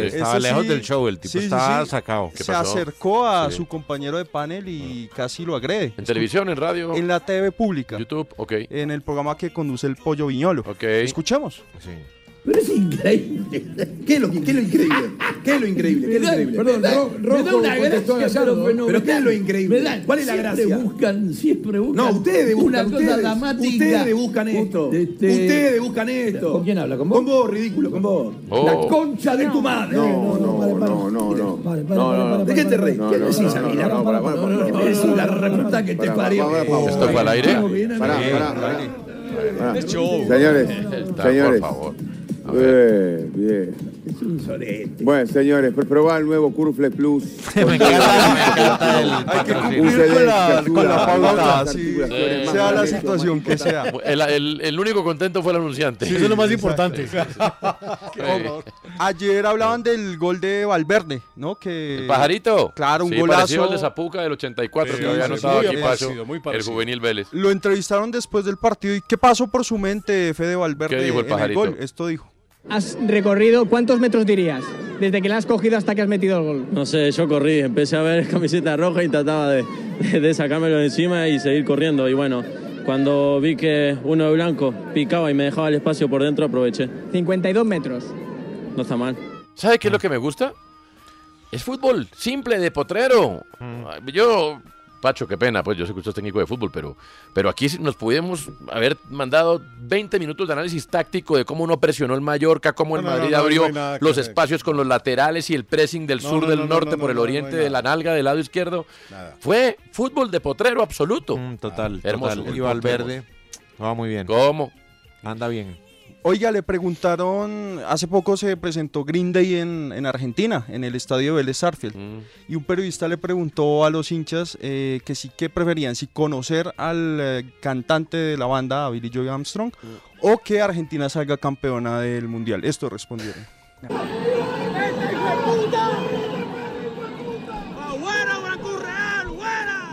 Estaba Ese lejos sí- del show, el tipo sí, sí, estaba sí. sacado. Se acercó a Sí. su compañero de panel y casi lo agrede. Ah. ¿En televisión, en radio? En la TV pública. YouTube, ok. En el programa que conduce el Pollo Viñolo. Ok. Escuchemos. Pero es increíble. ¿Qué es lo, que- qué es lo increíble? ¿Qué es lo increíble? ¿Qué es lo increíble? Perdón, Me da- me Ro- da Rocco una contestó a gracia, Gallardo, pero ¿eh? fenomenal. Pero ¿qué es lo increíble? Me da- ¿Cuál es la siempre gracia? buscan, siempre buscan. No, ustedes buscan, Una cosa ustedes. dramática. Ustedes buscan esto. Ustedes buscan esto. ¿Con quién habla? ¿Con vos? Con vos, ridículo, con vos. Oh. La concha de tu madre. No, no, no, no, no. No, no, ¿De qué te reís? no, ¿Qué no, decís, no, no, Aguilar? no, para, para, para, ¿Qué decís? La reputa que te parió. ¿Esto fue al aire? Pará, pará, pará. Pará. Señores, Está, señores. Por favor. Eh, bien. Bueno, señores, pr- probá el nuevo Curflex Plus. me encanta, Hay que cumplir con la- con la pauta, sí. Sea la situación que sea. El, el- el único contento fue el anunciante. Sí, eso es lo más importante. Sí, sí, sí. Qué horror. Ayer hablaban del gol de Valverde, ¿no? Que ¿El pajarito? Eh, Claro, un Sí, golazo. parecido al de Zapuca del 84 Sí, que había sí, anotado muy aquí parecido, Pacho, muy el parecido. juvenil Vélez. Lo entrevistaron después del partido y ¿qué pasó por su mente Fede Valverde ¿Qué dijo en el el pajarito? gol? Esto dijo. Ah. Has recorrido, ¿cuántos metros dirías? Desde que la has cogido hasta que has metido el gol. No sé, yo corrí, empecé a ver camiseta roja y trataba de, de- de sacármelo de encima y seguir corriendo. Y bueno, cuando vi que uno de blanco picaba y me dejaba el espacio por dentro, aproveché. 52 metros. No está mal. Ah. ¿Sabe qué es lo que me gusta? Es fútbol, simple, de potrero. Mm. Yo, Pacho, qué pena, pues yo sé que usted es técnico de fútbol, pero, pero aquí sí nos pudimos haber mandado 20 minutos de análisis táctico de cómo no presionó el Mallorca, cómo el No, no, Madrid no, no, abrió no hay nada que los hacer. espacios con los laterales y el pressing del No, sur, no, del no, no, norte, no, por el no, no, no oriente, hay de la nalga, del lado izquierdo. Fue fútbol de potrero absoluto. Mm, Ah, total, hermoso. total. Y Valverde va muy bien. ¿Cómo? Anda bien. Oiga, le preguntaron, hace poco se presentó Green Day en, en Argentina, en el estadio Vélez Sarsfield, Mm. y un periodista le preguntó a los hinchas eh, que sí que preferían, si conocer al eh, cantante de la banda, a Billy Joe Armstrong, Mm. o que Argentina salga campeona del Mundial. Esto respondieron.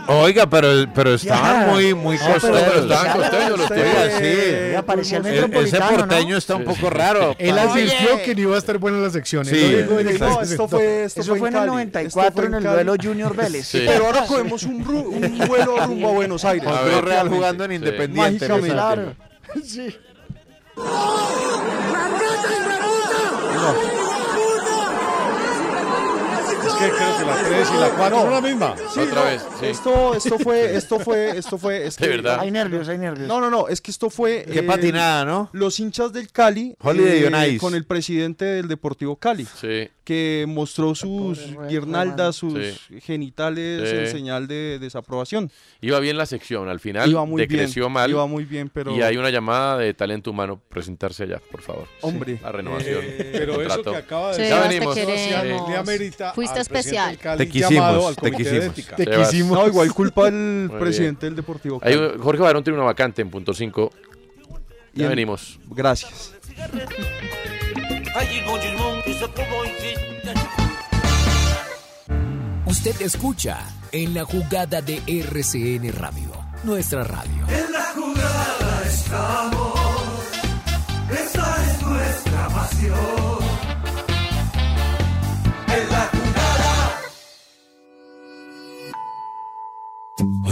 Oiga, pero, el- pero estaban Ya. Ah, muy, muy Ah, No, pero- costeños. pero estaban costeños los Oiga, tipos. sí. Ya parecía el E- Ese metropolitano, porteño ¿no? está un poco raro. Él Para- advirtió que no iba a estar buena la sección. Sí, exacto. esto fue- esto Eso fue en fue en el Cali. 94 en, el Cali. duelo Junior Vélez. Sí. Pero ahora cogemos un, ru- un vuelo rumbo a Buenos Aires. Con Cruz Real jugando en Sí. Independiente. Mágicamente. Claro. Sí. Es que creo que la 3 y la 4 No. no, es la misma. Sí, no, Esto, esto fue, esto fue, esto fue. es De que- verdad. Hay nervios, hay nervios. No, no, no, es que esto fue. eh, Qué patinada, ¿no? Los hinchas del Cali. eh, Holiday on Ice. Con el presidente del Deportivo Cali. Que mostró sus guirnaldas, sus Sí. genitales Sí. en señal de desaprobación. Iba bien la sección, al final Iba muy decreció bien, mal. iba muy bien, pero- Y hay una llamada de talento humano, presentarse allá, por favor. Hombre. La renovación. Eh, del pero eso contrato. que acaba de Ya decir venimos. Sebastián le amerita Fuiste al presidente especial. del Cali Te quisimos, llamado al te comité de quisimos. ética. Te Sebas. quisimos. No, igual culpa al Muy presidente bien. del Deportivo Ahí, Cali. Jorge Barón tiene una vacante en punto 5. Ya Bien. venimos. Gracias. Usted escucha en la jugada de RCN Radio, nuestra radio. En la jugada estamos, esta es nuestra pasión. En la jugada. Hoy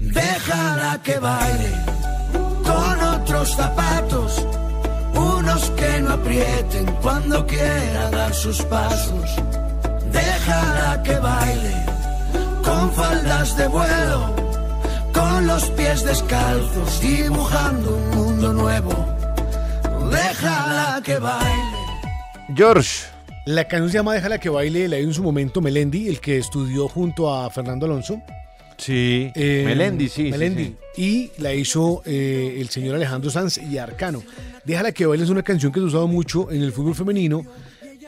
Déjala que baile con otros zapatos, unos que no aprieten cuando quiera dar sus pasos. Déjala que baile con faldas de vuelo, con los pies descalzos dibujando un mundo nuevo. Déjala que baile. George. La canción se llama Déjala que baile, la dio en su momento Melendi, el que estudió junto a Fernando Alonso. Sí, Eh, Melendi, sí. sí, Melendi. sí. Y la hizo eh, el señor Alejandro Sanz y Arcano. Déjala que baile es una canción que se ha usado mucho en el fútbol femenino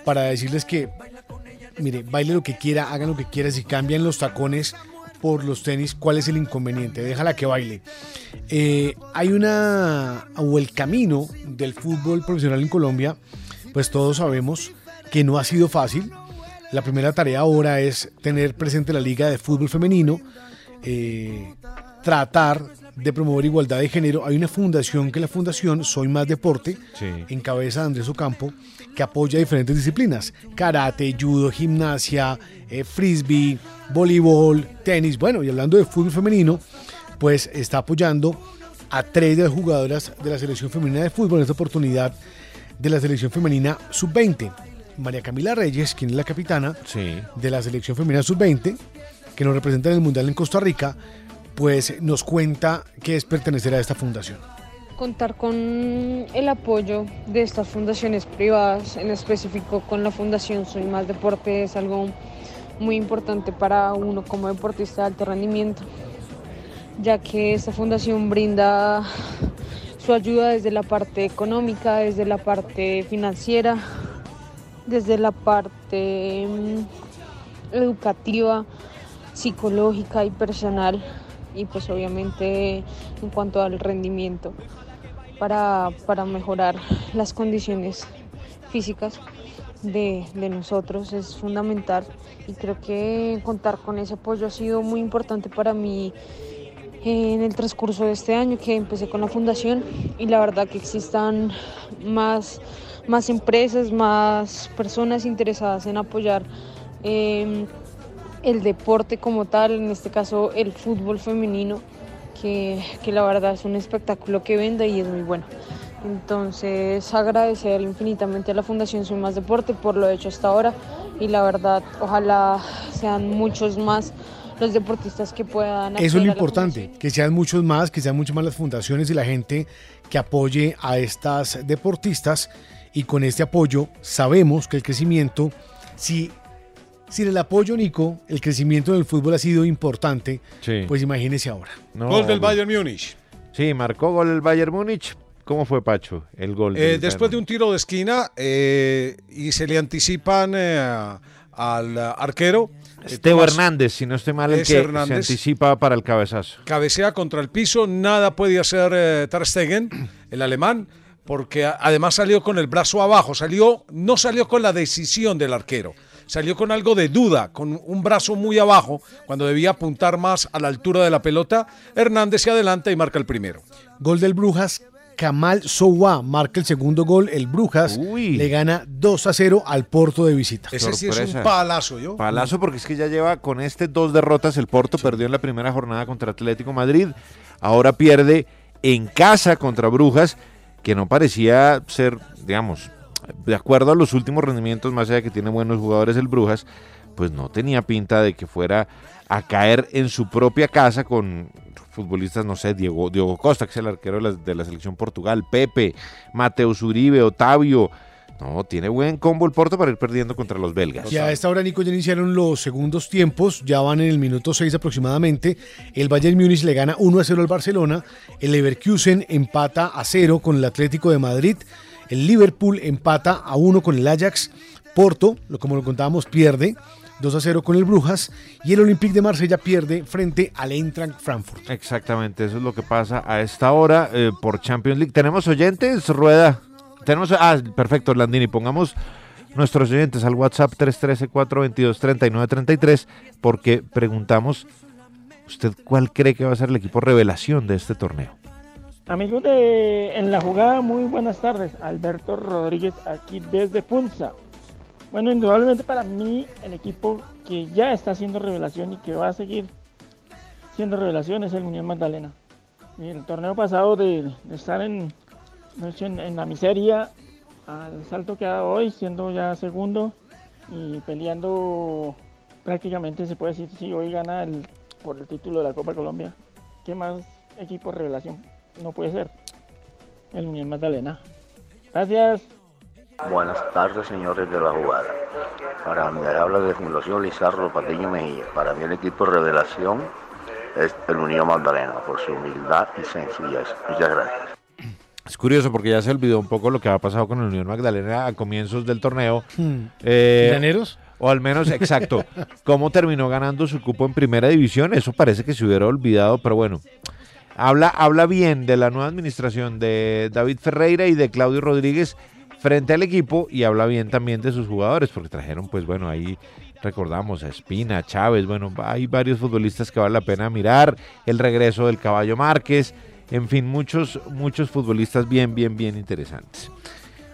para decirles que, mire, baile lo que quiera, hagan lo que quiera, si cambian los tacones por los tenis, ¿cuál es el inconveniente? Déjala que baile. Eh, hay una, o el camino del fútbol profesional en Colombia, pues todos sabemos que no ha sido fácil. La primera tarea ahora es tener presente la Liga de Fútbol Femenino, eh, tratar de promover igualdad de género. Hay una fundación que es la fundación Soy Más Deporte, en cabeza de Andrés Ocampo, que apoya diferentes disciplinas. Karate, judo, gimnasia, eh, frisbee, voleibol, tenis. Bueno, y hablando de fútbol femenino, pues está apoyando a tres de las jugadoras de la selección femenina de fútbol en esta oportunidad de la selección femenina sub-20. María Camila Reyes, quien es la capitana, Sí. de la selección femenina sub-20, que nos representa en el Mundial en Costa Rica, pues nos cuenta que es pertenecer a esta fundación. contar con el apoyo de estas fundaciones privadas, en específico con la Fundación Soy Más Deporte, es algo muy importante para uno como deportista de alto rendimiento, ya que esta fundación brinda su ayuda desde la parte económica, desde la parte financiera, desde la parte mm, educativa, psicológica y personal, y pues obviamente en cuanto al rendimiento para, para mejorar las condiciones físicas de, de nosotros es fundamental y creo que contar con ese apoyo ha sido muy importante para mí en el transcurso de este año que empecé con la fundación y la verdad que existan más, más empresas, más personas interesadas en apoyar em, el deporte como tal, en este caso el fútbol femenino, que, que la verdad es un espectáculo que vende y es muy bueno. Entonces agradecer infinitamente a la Fundación Soy Más Deporte por lo hecho hasta ahora y la verdad ojalá sean muchos más los deportistas que puedan... Eso es acceder lo a la importante, que sean muchos más, que sean muchas más las fundaciones y la gente que apoye a estas deportistas. Y con este apoyo sabemos que el crecimiento, si sin el apoyo, Nico, el crecimiento del fútbol ha sido importante, Sí. pues imagínese ahora. No, Gol del hombre. Bayern Múnich. Sí, marcó gol el Bayern Múnich. ¿Cómo fue, Pacho? El gol. Eh, del después de un tiro de esquina eh, y se le anticipan eh, al arquero. eh, Teo Tomás Hernández, si no estoy mal, el Es que se Hernández. anticipa para el cabezazo. Cabecea contra el piso, nada puede hacer eh, Ter Stegen, el alemán, porque a- además salió con el brazo abajo, salió, no salió con la decisión del arquero, salió con algo de duda, con un brazo muy abajo, cuando debía apuntar más a la altura de la pelota. Hernández se adelanta y marca el primero. Gol del Brujas. Kamal Sowa marca el segundo gol. El Brujas le gana 2 a 0 al Porto de visita. Ese sí es Sorpresa. un palazo, yo. Palazo porque es que ya lleva con este dos derrotas el Porto, perdió en la primera jornada contra Atlético Madrid, ahora pierde en casa contra Brujas, que no parecía ser, digamos, de acuerdo a los últimos rendimientos, más allá de que tiene buenos jugadores el Brujas, pues no tenía pinta de que fuera a caer en su propia casa con futbolistas, no sé, Diego, Diego Costa, que es el arquero de la, de la selección Portugal, Pepe, Mateus Uribe, Otavio. No, tiene buen combo el Porto para ir perdiendo contra los belgas. Y a esta hora, Nico, ya iniciaron los segundos tiempos, ya van en el minuto 6 aproximadamente. El Bayern Múnich le gana 1 a 0 al Barcelona, el Leverkusen empata a 0 con el Atlético de Madrid, el Liverpool empata a 1 con el Ajax, Porto, lo como lo contábamos, pierde 2 a 0 con el Brujas y el Olympique de Marsella pierde frente al Eintracht Frankfurt. Exactamente, eso es lo que pasa a esta hora eh, por Champions League. ¿Tenemos oyentes, Rueda? Tenemos, ah, perfecto, Landini, pongamos nuestros oyentes al WhatsApp 313-422-3933 porque preguntamos, ¿usted cuál cree que va a ser el equipo revelación de este torneo? Amigos de En la Jugada, muy buenas tardes. Alberto Rodríguez aquí desde Punza. Bueno, indudablemente para mí el equipo que ya está haciendo revelación y que va a seguir siendo revelación es el Unión Magdalena. El torneo pasado de, de estar en, de hecho, en, en la miseria al salto que ha dado hoy, siendo ya segundo y peleando prácticamente se puede decir si hoy gana el- por el título de la Copa Colombia. ¿Qué más equipo revelación? no puede ser. El Unión Magdalena. Gracias. Buenas tardes, señores de la jugada. Para mí habla de Fundación Lizardo Patiño Mejía. Para mí el equipo revelación es el Unión Magdalena por su humildad y sencillez. Muchas gracias. Es curioso porque ya se olvidó un poco lo que ha pasado con el Unión Magdalena a comienzos del torneo. Eh, ¿Llaneros? O al menos, exacto, cómo terminó ganando su cupo en primera división, eso parece que se hubiera olvidado, pero bueno. Habla, habla bien de la nueva administración de David Ferreira y de Claudio Rodríguez frente al equipo y habla bien también de sus jugadores, porque trajeron, pues bueno, ahí recordamos a Espina, Chávez, bueno, hay varios futbolistas que vale la pena mirar, el regreso del Caballo Márquez, en fin, muchos, muchos futbolistas bien, bien, bien interesantes.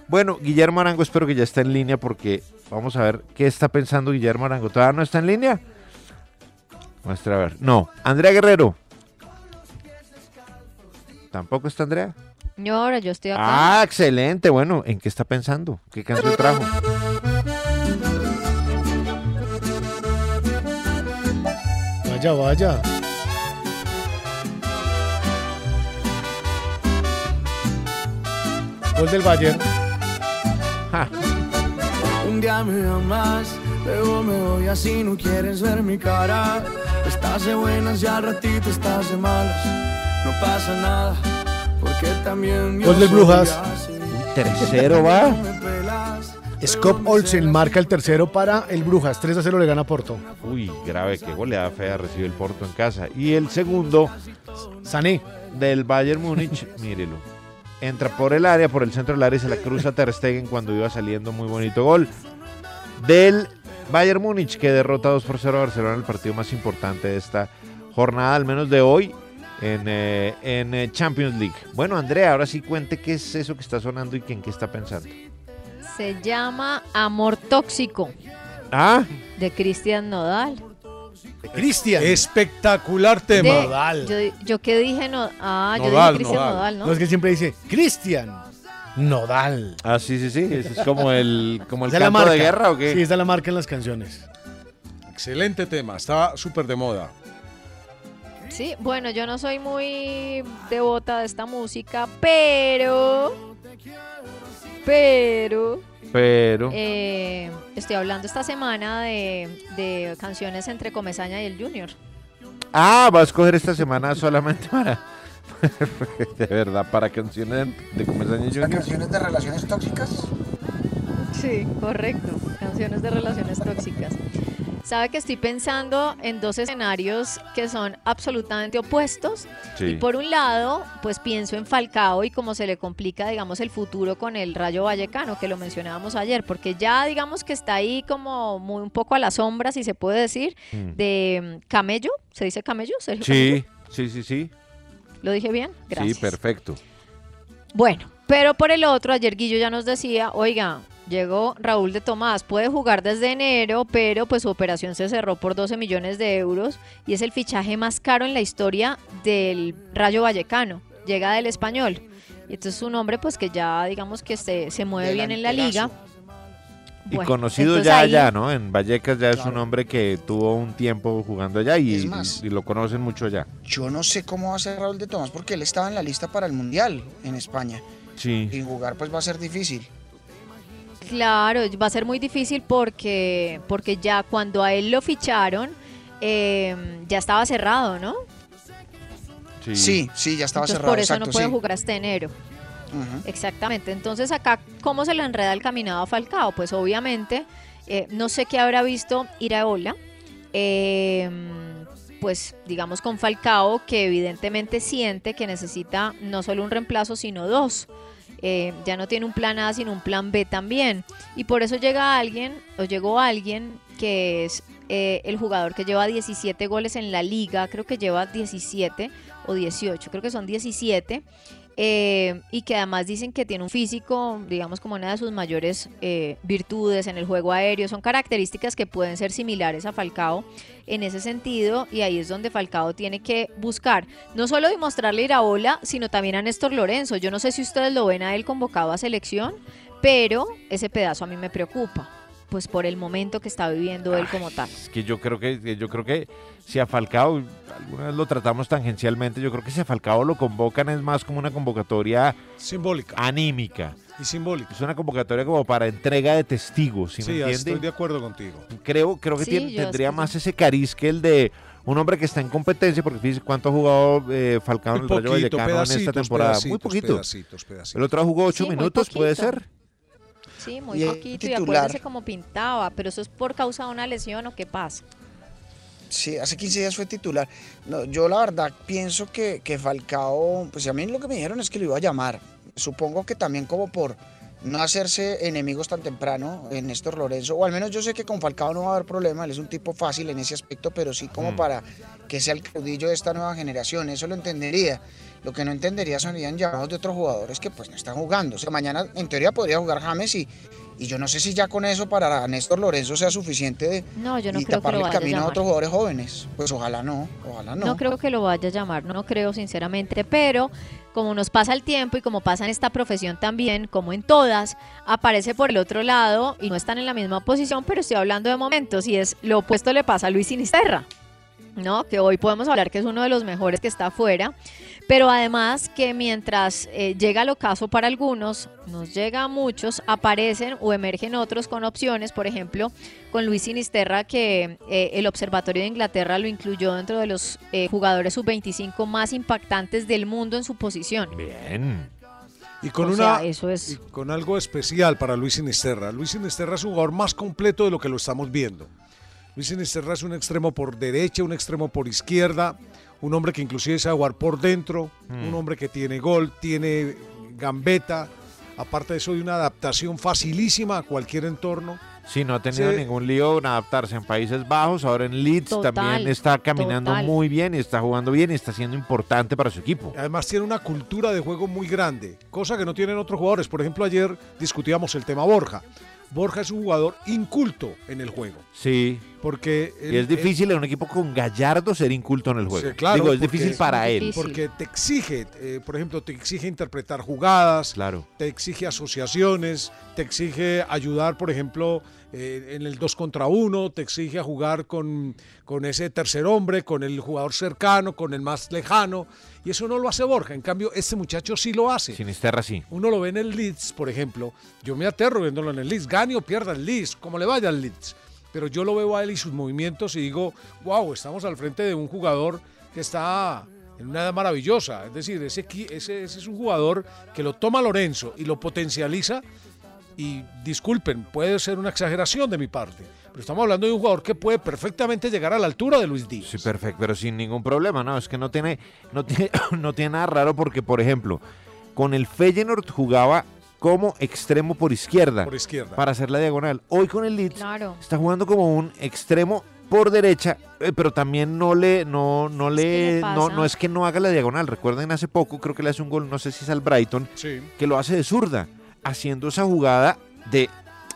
Bueno, Guillermo Arango espero que ya está en línea porque vamos a ver qué está pensando Guillermo Arango. ¿Todavía no está en línea? Muestra a ver. No, Andrea Guerrero. ¿Tampoco está Andrea? No, ahora yo estoy acá. Ah, excelente. Bueno, ¿en qué está pensando? ¿Qué canción trajo? Vaya, vaya. Gol del Bayern. Un día me amas, luego me voy así, no quieres ver mi cara. Estás de buenas y al ratito estás de malas. No pasa nada, porque también. yo Gol del soy Brujas. así. tercero va. Me pelas, Scott Olsen marca el tercero para el Brujas. 3 a 0 le gana Porto. Uy, grave, qué goleada fea recibe el Porto en casa. Y el segundo, Sané, del Bayern Múnich, mírelo. Entra por el área, por el centro del área y se la cruza Ter Stegen cuando iba saliendo. Muy bonito gol del Bayern Múnich que derrota 2 por 0 a Barcelona, el partido más importante de esta jornada, al menos de hoy, en, eh, en eh, Champions League. Bueno, Andrea, ahora sí cuente qué es eso que está sonando y qué- en qué está pensando. Se llama Amor Tóxico Ah, de Cristian Nodal. Cristian. Espectacular tema. De- Yo, yo que dije no, ah, yo Nodal, dije Cristian Nodal. Nodal, ¿no? No es que siempre dice Cristian Nodal. ah sí, sí, sí. ese Es como el, como el Esa es la canto de marca. guerra o qué. Sí, está la marca en las canciones. Excelente tema, está súper de moda. Sí, bueno, yo no soy muy devota de esta música, pero. Pero. Pero. eh, estoy hablando esta semana de, de canciones entre Comesaña y el Junior. Ah, va a escoger esta semana solamente para. de verdad, para canciones de Comesaña Junior. ¿Canciones de relaciones tóxicas? Sí, correcto. Canciones de relaciones tóxicas. Sabe que estoy pensando en dos escenarios que son absolutamente opuestos. Sí. Y por un lado, pues pienso en Falcao y cómo se le complica, digamos, el futuro con el Rayo Vallecano, que lo mencionábamos ayer, porque ya digamos que está ahí como muy un poco a la sombra, si se puede decir, Mm. de mm, Camello, ¿se dice Camello? Sergio Sí, sí, sí, sí. Camello. ¿Lo dije bien? Gracias. Sí, perfecto. Bueno, pero por el otro, ayer Guillo ya nos decía, oiga, llegó Raúl de Tomás, puede jugar desde enero, pero pues su operación se cerró por 12 millones de euros y es el fichaje más caro en la historia del Rayo Vallecano. Llega del español. Y entonces es un hombre pues que ya digamos que se, se mueve bien en la liga. Y Bueno, conocido entonces ya ahí- allá, ¿no? En Vallecas ya es un hombre que tuvo un tiempo jugando allá y, Es más. y lo conocen mucho allá. Yo no sé cómo va a ser Raúl de Tomás porque él estaba en la lista para el Mundial en España. Sí. Y jugar pues va a ser difícil. Claro, va a ser muy difícil porque, porque ya cuando a él lo ficharon, eh, ya estaba cerrado, ¿no? Sí, sí, ya estaba Entonces, cerrado. por eso exacto, no puede sí. jugar hasta enero. Ujú. Exactamente. Entonces acá, ¿cómo se le enreda el caminado a Falcao? Pues obviamente eh, no sé qué habrá visto Iraola, eh, pues digamos con Falcao, que evidentemente siente que necesita no solo un reemplazo, sino dos. Eh, ya no tiene un plan A, sino un plan B también. Y por eso llega alguien, o llegó alguien, que es eh, el jugador que lleva 17 goles en la liga, creo que lleva 17 o 18, creo que son 17. eh, y que además dicen que tiene un físico, digamos, como una de sus mayores eh, virtudes en el juego aéreo. Son características que pueden ser similares a Falcao en ese sentido, y ahí es donde Falcao tiene que buscar no solo demostrarle a Iraola, sino también a Néstor Lorenzo. Yo no sé si ustedes lo ven a él convocado a selección, pero ese pedazo a mí me preocupa, pues por el momento que está viviendo él como tal. Es que yo creo que, que yo creo que si a Falcao, alguna vez lo tratamos tangencialmente, yo creo que si a Falcao lo convocan es más como una convocatoria simbólica. Anímica. Y simbólica. Es una convocatoria como para entrega de testigos, ¿sí, Sí, me entiende? estoy de acuerdo contigo. Creo, creo que Sí, tiene- yo tendría estoy- más ese cariz que el de un hombre que está en competencia, porque fíjese cuánto ha jugado eh, Falcao en el Muy Rayo poquito, Vallecano en esta pedacitos, temporada. muy pedacitos, poquito. pedacitos, pedacitos. El otro jugó ocho Sí, muy minutos, puede poquito. ser. Sí, muy Y, eh, poquito. Y titular. acuérdese cómo pintaba, pero eso es por causa de una lesión o qué pasa. Sí, hace 15 días fue titular. No, yo la verdad pienso que, que Falcao, pues a mí lo que me dijeron es que lo iba a llamar. Supongo que también como por no hacerse enemigos tan temprano en Néstor Lorenzo, o al menos yo sé que con Falcao no va a haber problema, él es un tipo fácil en ese aspecto, pero sí como Mm. para que sea el caudillo de esta nueva generación, eso lo entendería. Lo que no entendería serían llamados de otros jugadores que pues no están jugando. O sea, mañana en teoría podría jugar James y, y yo no sé si ya con eso para Néstor Lorenzo sea suficiente de, No, yo no y creo que taparle lo el vaya a camino a llamar. otros jugadores jóvenes. Pues ojalá no, ojalá no. No creo que lo vaya a llamar, no creo sinceramente, pero como nos pasa el tiempo y como pasa en esta profesión también, como en todas, aparece por el otro lado y no están en la misma posición, pero estoy hablando de momentos y es lo opuesto le pasa a Luis Sinisterra. ¿no? Que hoy podemos hablar que es uno de los mejores que está afuera, pero además que mientras eh, llega el ocaso para algunos, nos llega a muchos, aparecen o emergen otros con opciones, por ejemplo, con Luis Sinisterra, que eh, el Observatorio de Inglaterra lo incluyó dentro de los eh, jugadores sub-25 más impactantes del mundo en su posición. Bien. Y con O una sea, eso es- y con algo especial para Luis Sinisterra. Luis Sinisterra es un jugador más completo de lo que lo estamos viendo. Luis Sinisterra es un extremo por derecha, un extremo por izquierda, un hombre que inclusive sabe jugar por dentro, Mm. un hombre que tiene gol, tiene gambeta, aparte de eso de una adaptación facilísima a cualquier entorno. Sí, no ha tenido Sí. ningún lío en adaptarse en Países Bajos, ahora en Leeds Total, también está caminando total. muy bien y está jugando bien y está siendo importante para su equipo. Además tiene una cultura de juego muy grande, cosa que no tienen otros jugadores. Por ejemplo, ayer discutíamos el tema Borja. Borja es un jugador inculto en el juego. Sí. Porque y es difícil en un equipo con Gallardo ser inculto en el juego. Sí, claro, Digo, es porque- difícil para él. Porque te exige, eh, por ejemplo, te exige interpretar jugadas, Claro. te exige asociaciones, te exige ayudar, por ejemplo, eh, en el 2 contra 1, te exige a jugar con, con ese tercer hombre, con el jugador cercano, con el más lejano. Y eso no lo hace Borja. En cambio, este muchacho sí lo hace. Sinisterra sí. Uno lo ve en el Leeds, por ejemplo. Yo me aterro viéndolo en el Leeds. Gane o pierda el Leeds, como le vaya al Leeds. Pero yo lo veo a él y sus movimientos y digo, wow, estamos al frente de un jugador que está en una edad maravillosa. Es decir, ese, equi- ese, ese es un jugador que lo toma Lorenzo y lo potencializa. Y disculpen, puede ser una exageración de mi parte, pero estamos hablando de un jugador que puede perfectamente llegar a la altura de Luis Díaz. Sí, perfecto, pero sin ningún problema, ¿no? Es que no tiene, no tiene, no tiene nada raro porque, por ejemplo, con el Feyenoord jugaba como extremo por izquierda. Por izquierda. Para hacer la diagonal. Hoy con el Leeds Claro. está jugando como un extremo por derecha, eh, pero también no le, no, no que le, le no, pasa. no es que no haga la diagonal. Recuerden hace poco, creo que le hace un gol, no sé si es al Brighton, que lo hace de zurda, haciendo esa jugada de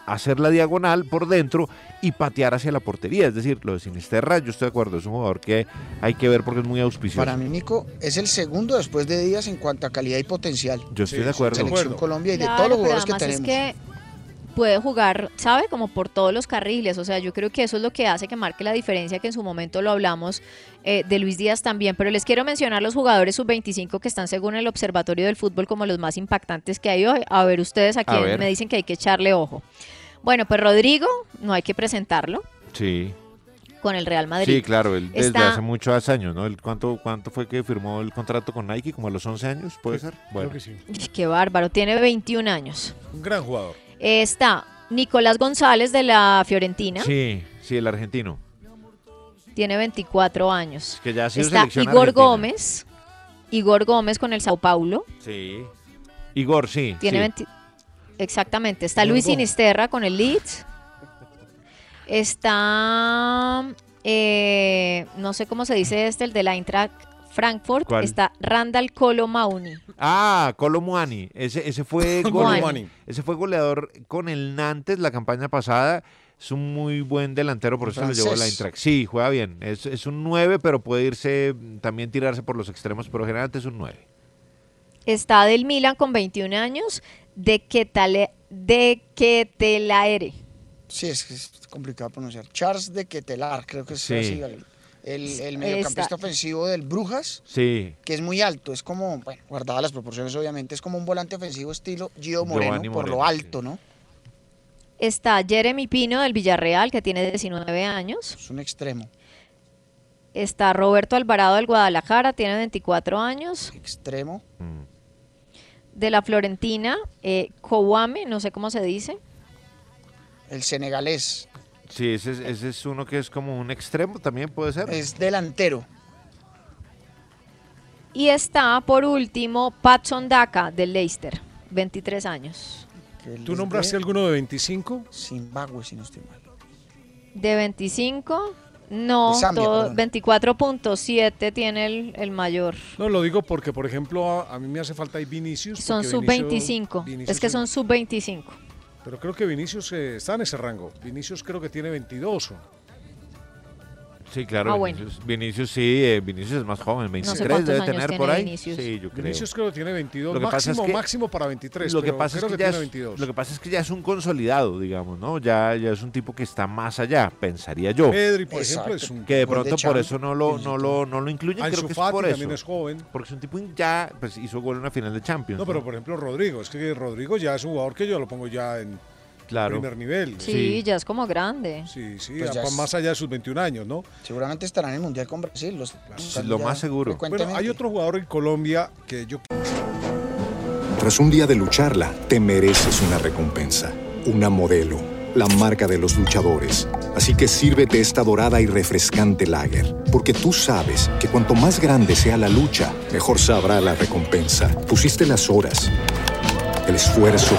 hacer la diagonal por dentro y patear hacia la portería. Es decir, lo de Sinisterra, yo estoy de acuerdo, es un jugador que hay que ver porque es muy auspicioso. Para mí, Nico, es el segundo después de Díaz en cuanto a calidad y potencial. Yo estoy de acuerdo. Selección Colombia y de Claro, todos los pero jugadores que además tenemos. Es que puede jugar, ¿sabe? Como por todos los carriles. O sea, yo creo que eso es lo que hace que marque la diferencia, que en su momento lo hablamos eh, de Luis Díaz también. Pero les quiero mencionar los jugadores sub-25 que están según el Observatorio del Fútbol como los más impactantes que hay hoy. A ver ustedes a A quién ver. me dicen que hay que echarle ojo. Bueno, pues Rodrigo, no hay que presentarlo Sí, con el Real Madrid. sí, claro, él desde Está- hace muchos años, ¿no? Él, ¿Cuánto, ¿Cuánto fue que firmó el contrato con Nike? ¿Como a los 11 años, puede ser? Bueno, Qué bárbaro, tiene 21 años. Un gran jugador. Está Nicolás González de la Fiorentina Sí, sí, el argentino. tiene 24 años. Que ya ha sido Está selección Igor argentina. Gómez, Igor Gómez con el Sao Paulo, Sí. Igor, sí. tiene sí. 20 exactamente. Está Igor Luis Gómez. Sinisterra con el Leeds. Está eh, no sé cómo se dice este, el de la Eintracht Frankfurt, ¿Cuál? está Randall Colo Mauni. Ah, Colomuani. Ese, ese fue Muani. goleador, ese fue goleador con el Nantes la campaña pasada. Es un muy buen delantero, por eso se lo llevó a la Francés. Intrac. Sí, juega bien. Es, es un 9, pero puede irse mm, también tirarse por los extremos, pero generalmente es un 9. Está del Milan con 21 años, de Ketale, de Ketelaere. Sí, es, es complicado pronunciar. Charles de Quetelar, creo que es Sí. así, el, el, el mediocampista Está- ofensivo del Brujas, Sí. que es muy alto, es como, bueno, guardadas las proporciones obviamente, es como un volante ofensivo estilo Gio Moreno, Giovanni por lo Moreno, alto, ¿no? Está Jeremy Pino del Villarreal, que tiene 19 años. Es un extremo. Está Roberto Alvarado del Guadalajara, tiene 24 años. Extremo. Mm. De la Florentina, eh, Kouame, no sé cómo se dice. El senegalés Sí, ese, es- ese es uno que es como un extremo también, puede ser. es delantero. Y está, por último, Patson Daka del Leicester, 23 años. ¿Tú nombraste alguno de 25? Zimbabue, si no estoy mal. De 25, no, De Zambia, todo- perdón. 24.7 tiene el, el mayor. No, lo digo porque, por ejemplo, a, a mí me hace falta ahí Vinicius. Son porque sub Vinicius- 25, Vinicius es que en- son sub 25. Pero creo que Vinicius eh, está en ese rango. Vinicius creo que tiene 22. ¿o? Sí, claro. Ah, bueno. Vinicius, Vinicius sí, eh, Vinicius es más joven, 23 cuántos debe años tener tiene por ahí. Vinicius. Sí, yo creo. Vinicius creo que tiene 22. Lo que pasa es máximo, que- máximo para 23. lo que pero pasa es creo que, que, ya tiene es, 22. lo que pasa es que ya es un consolidado, digamos, ¿no? Ya, ya es un tipo que está más allá, pensaría yo. Pedri, por ejemplo, es un que de gol de pronto por Champions. eso no lo, no lo, no lo incluyen, Ansu creo que es Fati por también eso. es joven. Porque es un tipo ya pues, hizo gol en una final de Champions. No, pero por ejemplo, Rodrigo. Es que Rodrigo ya es un jugador que yo lo pongo ya en Claro. primer nivel. Sí, ya es como grande. Sí, sí, Pues ya apa- es- más allá de sus 21 años, ¿no? Seguramente estará en el Mundial con Brasil. Los, lo ya más seguro. Bueno, hay otro jugador en Colombia que yo... Tras un día de lucharla, te mereces una recompensa, una modelo, la marca de los luchadores. Así que sírvete esta dorada y refrescante lager, porque tú sabes que cuanto más grande sea la lucha, mejor sabrá la recompensa. Pusiste las horas, el esfuerzo,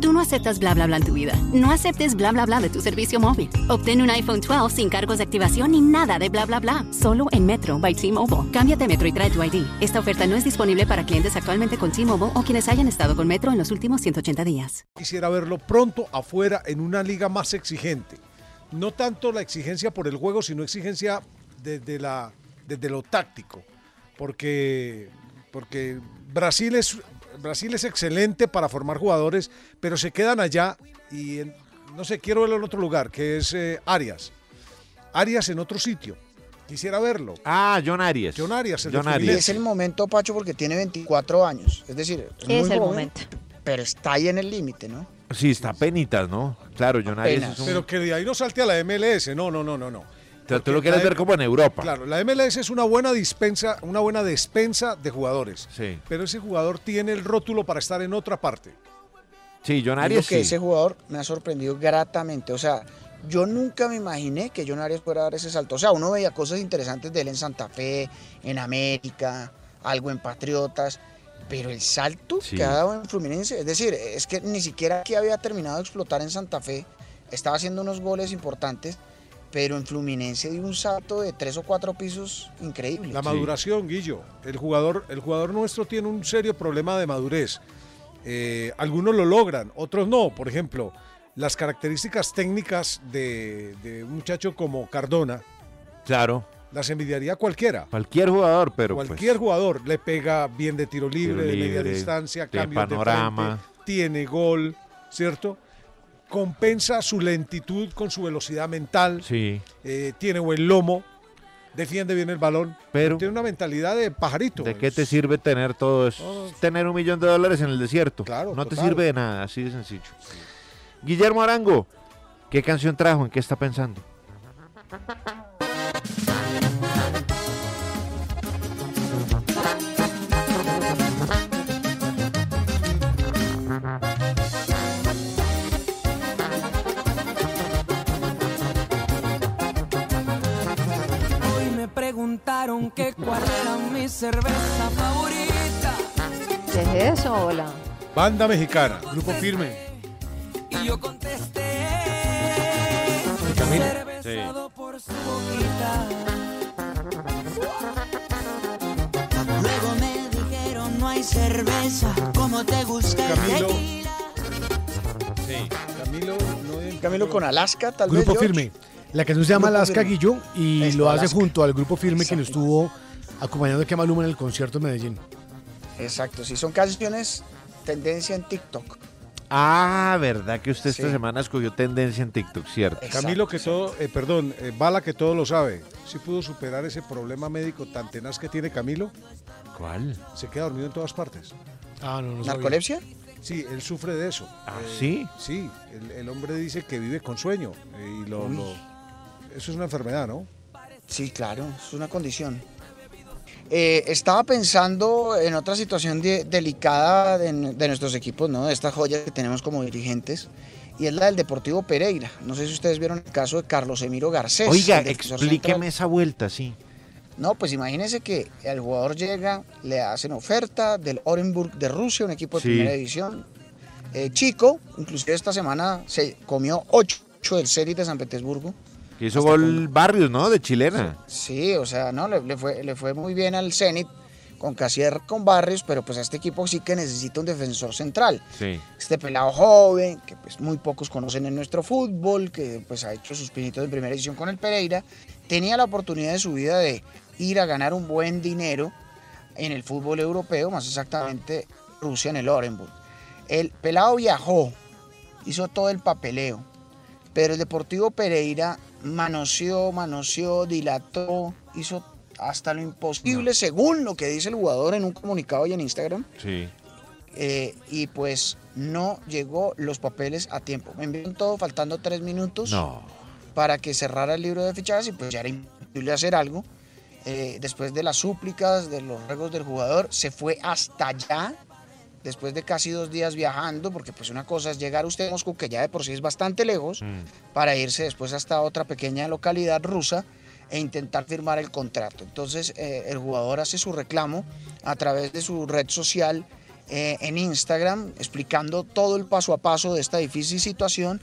Tú no aceptas bla bla bla en tu vida. No aceptes bla bla bla de tu servicio móvil. Obtén un iPhone 12 sin cargos de activación ni nada de bla bla bla. Solo en Metro by T-Mobile. Cámbiate a Metro y trae tu ID. Esta oferta no es disponible para clientes actualmente con T-Mobile o quienes hayan estado con Metro en los últimos 180 días. quisiera verlo pronto afuera en una liga más exigente. No tanto la exigencia por el juego, sino exigencia desde, la, desde lo táctico. Porque, porque Brasil, es, Brasil es excelente para formar jugadores, pero se quedan allá y en- no sé, quiero verlo en otro lugar, que es eh, Arias. Arias en otro sitio. Quisiera verlo. Ah, John Arias. John Arias, el de John Y Arias. es el momento, Pacho, porque tiene 24 años. Es decir, es, Es muy el joven, momento. Pero está ahí en el límite, ¿no? Sí, está penitas, ¿no? Claro, John Arias es un... Pero que de ahí no salte a la MLS. No, no, no, no, no. o sea, tú porque lo quieres la- ver como en Europa. Claro, la MLS es una buena dispensa, una buena despensa de jugadores. Sí. Pero ese jugador tiene el rótulo para estar en otra parte. Sí, John Digo Arias que sí. ese jugador me ha sorprendido gratamente. O sea, yo nunca me imaginé que John Arias fuera a dar ese salto. O sea, uno veía cosas interesantes de él en Santa Fe, en América, algo en Patriotas. Pero el salto Sí. que ha dado en Fluminense, es decir, es que ni siquiera que había terminado de explotar en Santa Fe, estaba haciendo unos goles importantes, pero en Fluminense dio un salto de tres o cuatro pisos increíble. La maduración, Guillo. El jugador, el jugador nuestro tiene un serio problema de madurez. Eh, algunos lo logran, otros no. Por ejemplo, las características técnicas de, de un muchacho como Cardona Claro, las envidiaría cualquiera. cualquier jugador, pero pues, Cualquier jugador le pega bien de tiro libre, Tiro de media libre, distancia, de cambio de panorama. frente, tiene gol, ¿cierto? compensa su lentitud con su velocidad mental. Sí. eh, tiene buen lomo, defiende bien el balón. Pero- tiene una mentalidad de pajarito. ¿De qué te sirve tener todo eso? Tener un millón de dólares en el desierto. no te total. sirve de nada, así de sencillo. Guillermo Arango, ¿qué canción trajo? ¿En qué está pensando? Hoy me preguntaron que cuál era mi cerveza favorita. ¿Qué es eso? Hola. Banda mexicana, grupo firme. Y yo contesté. Ser besado por su boquita. Luego me dijeron no hay cerveza como te gusta el Camilo. tequila". Camilo, Camilo con Alaska, tal vez. Grupo George. firme. La canción se llama Grupo Alaska Firme. Guillo y Eso, lo hace Alaska. junto al grupo firme que lo estuvo acompañando aquí a Maluma en el concierto en Medellín. Exacto, sí, son canciones tendencia en TikTok. Ah, verdad que usted esta Sí. semana escogió tendencia en TikTok, ¿cierto? Camilo que todo, eh, perdón, eh, Bala que todo lo sabe. Si pudo superar ese problema médico tan tenaz que tiene Camilo, ¿Cuál? se queda dormido en todas partes. Ah, no, no ¿Narcolepsia? Sí, él sufre de eso. ¿Ah, Eh, sí? Sí, el, el hombre dice que vive con sueño eh, y lo, lo- eso es una enfermedad, ¿no? Sí, claro, es una condición. Eh, estaba pensando en otra situación de- delicada de, n- de nuestros equipos, ¿no? De estas joyas que tenemos como dirigentes. Y es la del Deportivo Pereira. No sé si ustedes vieron el caso de Carlos Emiro Garcés. Oiga, el defensor explíqueme central. esa vuelta, sí. No, pues imagínense que el jugador llega, le hacen oferta del Orenburg de Rusia, un equipo de Sí. primera división. Eh, Chico, inclusive esta semana se comió 8 del Zenit de San Petersburgo. Que hizo gol Barrios, ¿no? De chilena. Sí, o sea, no, le, le fue, le fue muy bien al Zenit con Casier, con Barrios, pero pues a este equipo sí que necesita un defensor central. Sí. Este pelado joven, que pues muy pocos conocen en nuestro fútbol, que pues ha hecho sus pinitos en primera edición con el Pereira, tenía la oportunidad de su vida de ir a ganar un buen dinero en el fútbol europeo, más exactamente Rusia en el Orenburg. El pelado viajó, hizo todo el papeleo, pero el Deportivo Pereira manoseó, manoseó, dilató, hizo hasta lo imposible, según lo que dice el jugador en un comunicado y en Instagram, Sí. eh, y pues no llegó los papeles a tiempo. Me enviaron todo faltando tres minutos No. para que cerrara el libro de fichajes y pues ya era imposible hacer algo. Eh, después de las súplicas, de los ruegos del jugador, se fue hasta allá, después de casi dos días viajando, porque pues una cosa es llegar usted a Moscú, que ya de por sí es bastante lejos, para irse después hasta otra pequeña localidad rusa e intentar firmar el contrato. Entonces eh, el jugador hace su reclamo a través de su red social eh, en Instagram, explicando todo el paso a paso de esta difícil situación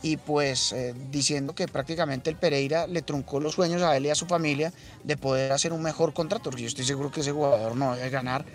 y pues eh, diciendo que prácticamente el Pereira le truncó los sueños a él y a su familia de poder hacer un mejor contrato, porque yo estoy seguro que ese jugador no debe ganar,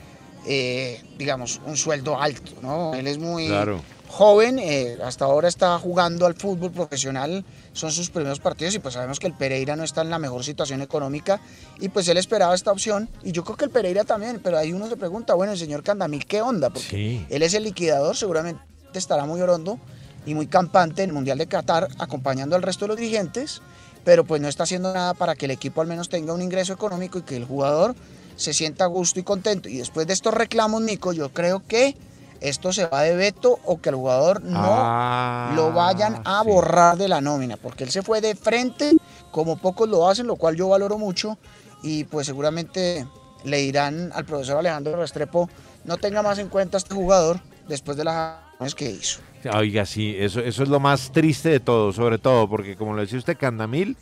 eh, digamos, un sueldo alto, ¿no? Él es muy Claro. joven, eh, hasta ahora está jugando al fútbol profesional, son sus primeros partidos y pues sabemos que el Pereira no está en la mejor situación económica y pues él esperaba esta opción y yo creo que el Pereira también, pero ahí uno se pregunta, bueno, el señor Candamil, ¿qué onda? Porque Sí. él es el liquidador, seguramente estará muy orondo y muy campante en el Mundial de Qatar, acompañando al resto de los dirigentes, pero pues no está haciendo nada para que el equipo al menos tenga un ingreso económico y que el jugador se sienta a gusto y contento. Y después de estos reclamos, Nico, yo creo que esto se va de veto o que al jugador no Ah, lo vayan a borrar de la nómina, porque él se fue de frente, como pocos lo hacen, lo cual yo valoro mucho, y pues seguramente le dirán al profesor Alejandro Restrepo, no tenga más en cuenta a este jugador después de las acciones que hizo. Oiga, sí, eso, eso es lo más triste de todo, sobre todo, porque como lo decía usted, Candamil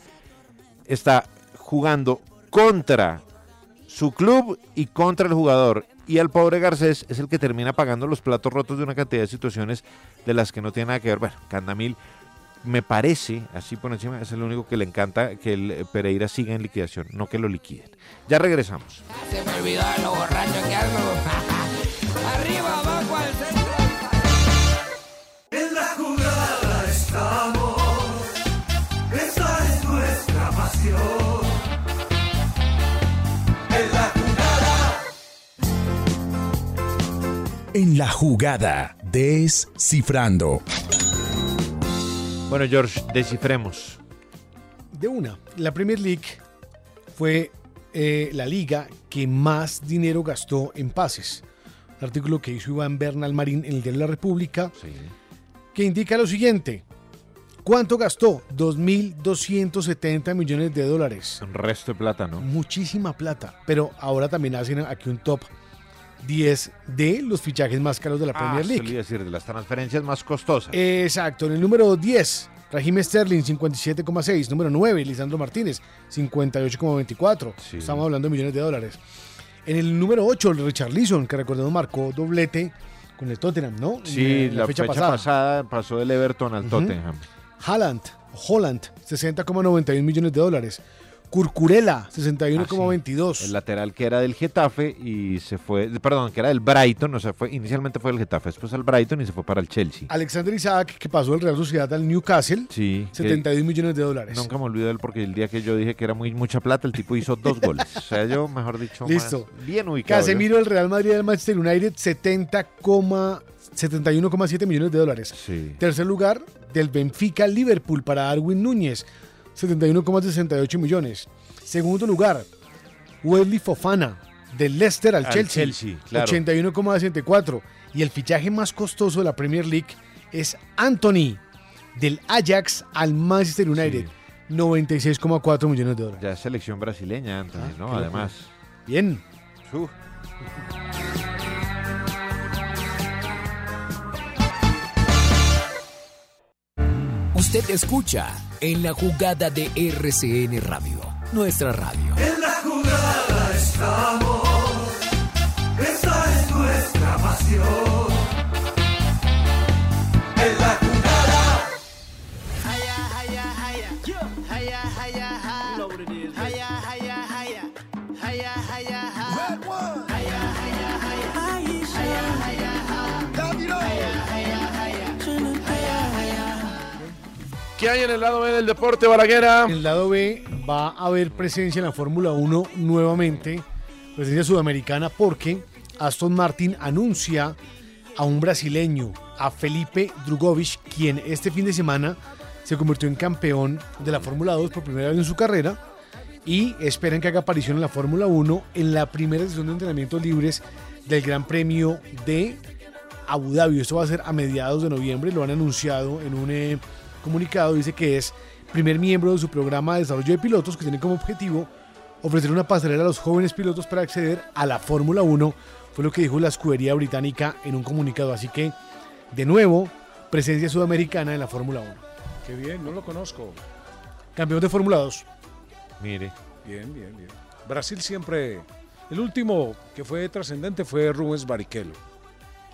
está jugando contra su club y contra el jugador. Y al pobre Garcés es el que termina pagando los platos rotos de una cantidad de situaciones de las que no tiene nada que ver. Bueno, Candamil me parece, así por encima, es el único que le encanta que el Pereira siga en liquidación, no que lo liquiden. Ya regresamos. Se me olvidó de lo borracho que ando. Arriba, abajo, al centro. En la jugada estamos, esa es nuestra pasión. En la jugada. En la jugada, descifrando. Bueno, George, descifremos. De una, la Premier League fue eh, la liga que más dinero gastó en pases. Un artículo que hizo Iván Bernal Marín en el Diario de la República, que indica lo siguiente. ¿Cuánto gastó? 2.270 millones de dólares. Un resto de plata, Ah, ¿no? Muchísima plata. Pero ahora también hacen aquí un top 10 de los fichajes más caros de la Premier se League. olvidó Ah, decir, de las transferencias más costosas. Exacto, en el número 10, Raheem Sterling, 57,6. Número 9, Lisandro Martínez, 58,24. Estamos hablando de millones de dólares. En el número 8, Richard Leeson, que recordemos marcó doblete con el Tottenham, ¿no? Sí, En la, fecha, pasada. pasó del Everton al Ujú. Tottenham. Haaland, Holland, 60,91 millones de dólares. Curcurella, 61,22. Ah, El lateral que era del Getafe y se fue, perdón, que era del Brighton, o sea, fue, inicialmente fue del Getafe, después al Brighton y se fue para el Chelsea. Alexander Isaac, que pasó del Real Sociedad al Newcastle, Sí. que 71 millones de dólares. Nunca me olvido de él porque el día que yo dije que era muy mucha plata, el tipo hizo dos goles. O sea, yo, mejor dicho, Listo. más- bien ubicado. yo. Casemiro del Real Madrid al Manchester United, 70, 71,7 millones de dólares. Sí. Tercer lugar, del Benfica al Liverpool para Darwin Núñez, 71,68 millones. Segundo lugar, Wesley Fofana, del Leicester al, Al Chelsea, Chelsea, claro. 81,64. Y el fichaje más costoso de la Premier League es Anthony, del Ajax al Manchester United, 96,4 millones de dólares. Ya es selección brasileña, Anthony, Ah, ¿no? qué Además. Bien. Uf. Usted escucha en la jugada de RCN Radio, nuestra radio. En la jugada estamos, esta es nuestra pasión. En la jugada. ¿Qué hay en el lado B del deporte, Balaguera? En el lado B va a haber presencia en la Fórmula 1 nuevamente, presencia sudamericana, porque Aston Martin anuncia a un brasileño, a Felipe Drugovich, quien este fin de semana se convirtió en campeón de la Fórmula 2 por primera vez en su carrera y esperan que haga aparición en la Fórmula 1 en la primera sesión de entrenamientos libres del Gran Premio de Abu Dhabi. Esto va a ser a mediados de noviembre, lo han anunciado en un eh, comunicado. Dice que es primer miembro de su programa de desarrollo de pilotos que tiene como objetivo ofrecer una pasarela a los jóvenes pilotos para acceder a la Fórmula 1. Fue lo que dijo la escudería británica en un comunicado. Así que, de nuevo, presencia sudamericana en la Fórmula 1. Qué bien, no lo conozco. Campeón de Fórmula 2. Mire. Bien, bien, bien. Brasil siempre. El último que fue trascendente fue Rubens Barrichello.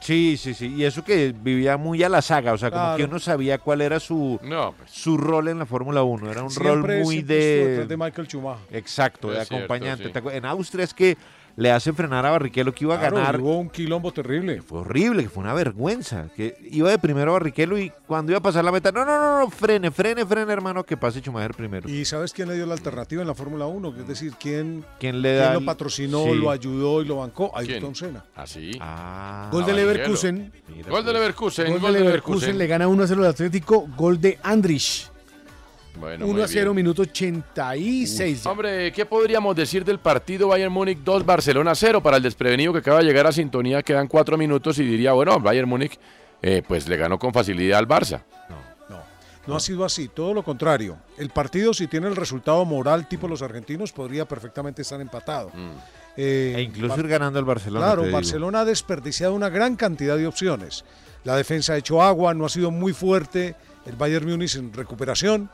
Sí, sí, sí. Y eso que vivía muy a la saga, o sea, como Claro. que uno sabía cuál era su, pues. su rol en la Fórmula 1. Era un Siempre, rol muy siempre estuvo de... detrás de Michael Schumacher. Exacto, de Es cierto, acompañante. sí. ¿Te acuerdas? En Austria es que le hacen frenar a Barrichello que iba a Claro, ganar. Hubo un quilombo terrible. Fue horrible, que fue una vergüenza. Que iba de primero Barrichello y cuando iba a pasar la meta, no, no, no, no, frene, frene, frene, hermano, que pase Schumacher primero. ¿Y sabes quién le dio la alternativa en la Fórmula 1? Es decir, ¿quién, ¿Quién le da lo el- patrocinó, Sí. lo ayudó y lo bancó? Ayrton ¿Quién? Senna. Así. Ah, Gol de Leverkusen. Gol de Leverkusen. Gol de Leverkusen le gana 1 a 0 al Atlético. Gol de Andrich. Bueno, 1 muy a 0, bien. minuto 86. Hombre, ¿qué podríamos decir del partido Bayern Múnich 2, Barcelona 0? Para el desprevenido que acaba de llegar a sintonía, quedan cuatro minutos y diría, bueno, Bayern Múnich eh, pues le ganó con facilidad al Barça. No ha sido así, todo lo contrario. El partido, si tiene el resultado moral tipo los argentinos, podría perfectamente estar empatado. Eh, E incluso Bar- ir ganando el Barcelona. te Claro, digo. Barcelona ha desperdiciado una gran cantidad de opciones. La defensa ha hecho agua, no ha sido muy fuerte. El Bayern Múnich en recuperación.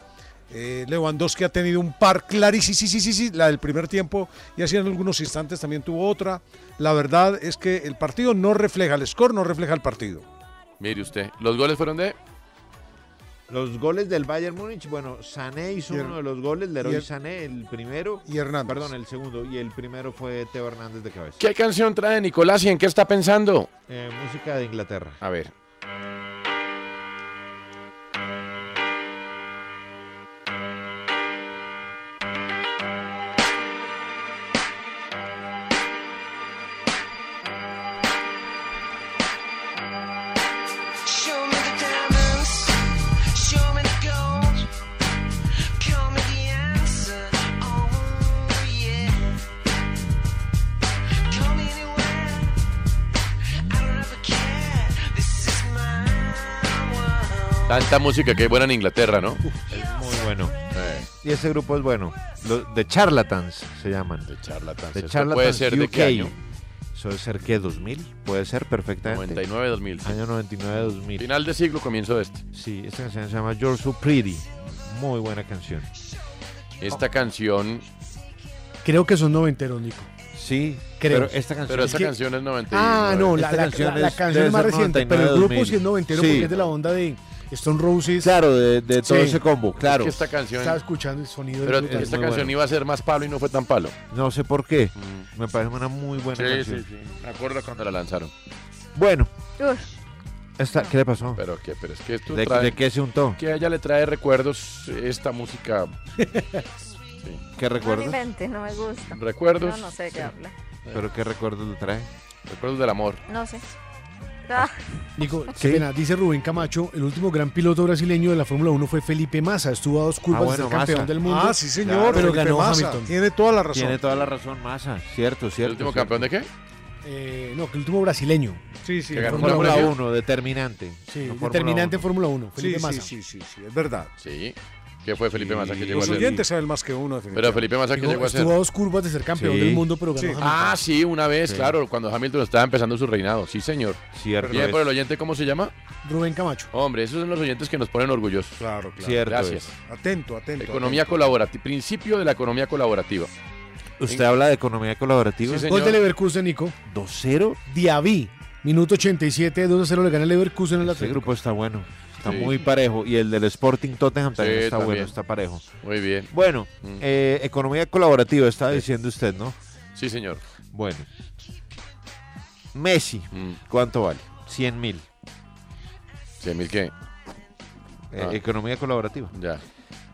Eh, Lewandowski ha tenido un par clarísimo, sí, sí, sí, sí, la del primer tiempo y así en algunos instantes también tuvo otra. La verdad es que el partido no refleja, el score no refleja el partido. Mire usted, los goles fueron de... Los goles del Bayern Múnich, bueno, Sané hizo Y Her- uno de los goles, y er- Leroy Her- Sané el primero. Y Hernández. Perdón, el segundo. Y el primero fue Teo Hernández de cabeza. ¿Qué canción trae Nicolás y en qué está pensando? Eh, música de Inglaterra. A ver. Show me the diamonds, show me the gold. Oh, Tanta música que es buena en Inglaterra, ¿no? Eh, Muy bueno. Y ese grupo es bueno. Los de Charlatans se llaman. De Charlatans. De ¿Esto puede ser de qué año? Eso debe ser que 2000, puede ser perfectamente. 99, 2000. sí. Año 99, 2000. Final de siglo, comienzo de este. Sí, esta canción se llama You're So Pretty. Muy buena canción. Esta canción. Creo que son noventeros, Nico. Sí, creo. Pero esta canción, Pero esa que- canción es 99. Ah, no, la, Esta la- canción la- la es- canción debe es más ser reciente, 99, pero el grupo sí es 2000. noventero Sí. porque es de la onda de Stone Roses. Claro, de, de todo Sí. ese combo, claro. que esta canción- Estaba escuchando el sonido. Pero del esta grupo. canción iba a ser más palo y no fue tan palo. No sé por qué. Me parece una muy buena Mm. sí, canción. sí, sí. Me acuerdo cuando la lanzaron. Bueno, esta, ¿qué le pasó? Pero qué, pero es que esto ¿De, trae- de qué se untó? Que a ella le trae recuerdos esta música. Sí. ¿Qué recuerdos? inventes, no me gusta. Recuerdos. No, no sé de qué habla. ¿Pero qué recuerdos le trae? Recuerdos del amor. No sé. Ah, Nico, qué Ah, pena, dice Rubén Camacho, el último gran piloto brasileño de la Fórmula 1 fue Felipe Massa. Estuvo a dos curvas Ah, de ser bueno, campeón Massa. del mundo. Ah, sí, señor, pero Felipe ganó Massa. Hamilton. Tiene toda la razón. Tiene toda la razón, Massa. Cierto, cierto. ¿El último cierto. campeón de qué? Eh, no, que el último brasileño. Sí, sí. Que Ganó ganó la Fórmula Fórmula 1, determinante. Sí, La Fórmula determinante 1. Fórmula 1. Felipe sí, Massa. sí, sí, sí, es verdad. Sí. ¿Qué fue Felipe Massa que llegó a Los ser? oyentes saben más que uno, Pero Felipe Massa que Digo, llegó a ser. estuvo a dos curvas de ser campeón del mundo, pero ganó Sí. Hamilton. Ah, sí, una vez, Sí. claro, cuando Hamilton estaba empezando su reinado. Sí, señor. Cierto Bien es. por el oyente, ¿cómo se llama? Rubén Camacho. Hombre, esos son los oyentes que nos ponen orgullosos. Claro, claro. Cierto Gracias. Atento, atento. Economía atento. colaborativa. Principio de la economía colaborativa. ¿Usted habla de economía colaborativa? Sí, señor. Gol de Leverkusen, Nico. 2-0. Diaby. Minuto 87, 2-0 le gana el Leverkusen en la Ese grupo está bueno. Está Sí. muy parejo. Y el del Sporting Tottenham también Sí, está también. bueno, está parejo. Muy bien. Bueno, Mm. eh, economía colaborativa, estaba diciendo usted, ¿no? Sí, señor. Bueno. Messi, Mm. ¿cuánto vale? 100 mil. ¿100 mil qué? Ah. Eh, Economía colaborativa. Ya.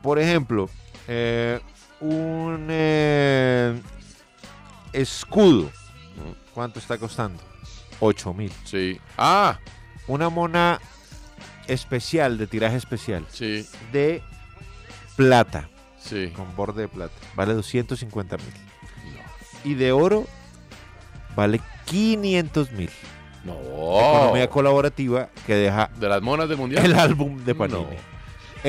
Por ejemplo, eh, un eh, escudo, ¿cuánto está costando? 8 mil. Sí. Ah. Una mona especial, de tiraje especial. Sí. De plata. Sí. Con borde de plata. Vale 250 mil. Y de oro vale 500 mil. No. Economía colaborativa que deja De las monas del mundial. el álbum de Panini. En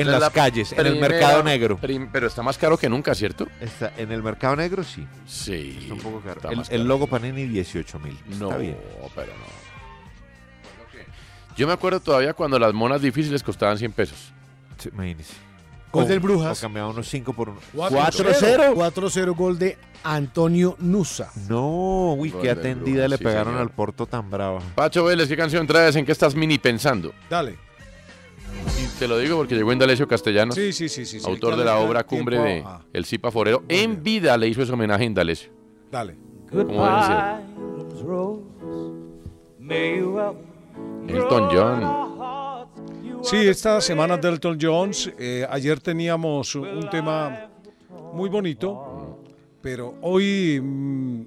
Esa es las la calles, en el primera- mercado negro. prim- pero está más caro que nunca, ¿cierto? Está en el mercado negro, sí. Sí. Está un poco caro. está El, más el caro. logo Panini, 18 mil. No, Está bien. pero no. Yo me acuerdo todavía cuando las monas difíciles costaban 100 pesos. Sí, imagínese. Gol O- del Brujas. O cambiaba unos 5 por 1. 4-0. 4-0 gol de Antonio Nusa. No, uy, Gol qué del atendida Brujas, le sí, pegaron señor. al Porto tan brava. Pacho Vélez, ¿qué canción traes? ¿En qué estás mini pensando? Dale. Y te lo digo porque llegó Indalecio Castellanos. Sí, sí, sí, sí, sí. Autor Ya de le la da obra cumbre tiempo de a- El Cipa Forero. En vida le hizo ese homenaje a Indalecio. Dale. Como debe ser. Elton John. Sí, esta semana de Elton Jones. eh, ayer teníamos un tema muy bonito, pero hoy mm,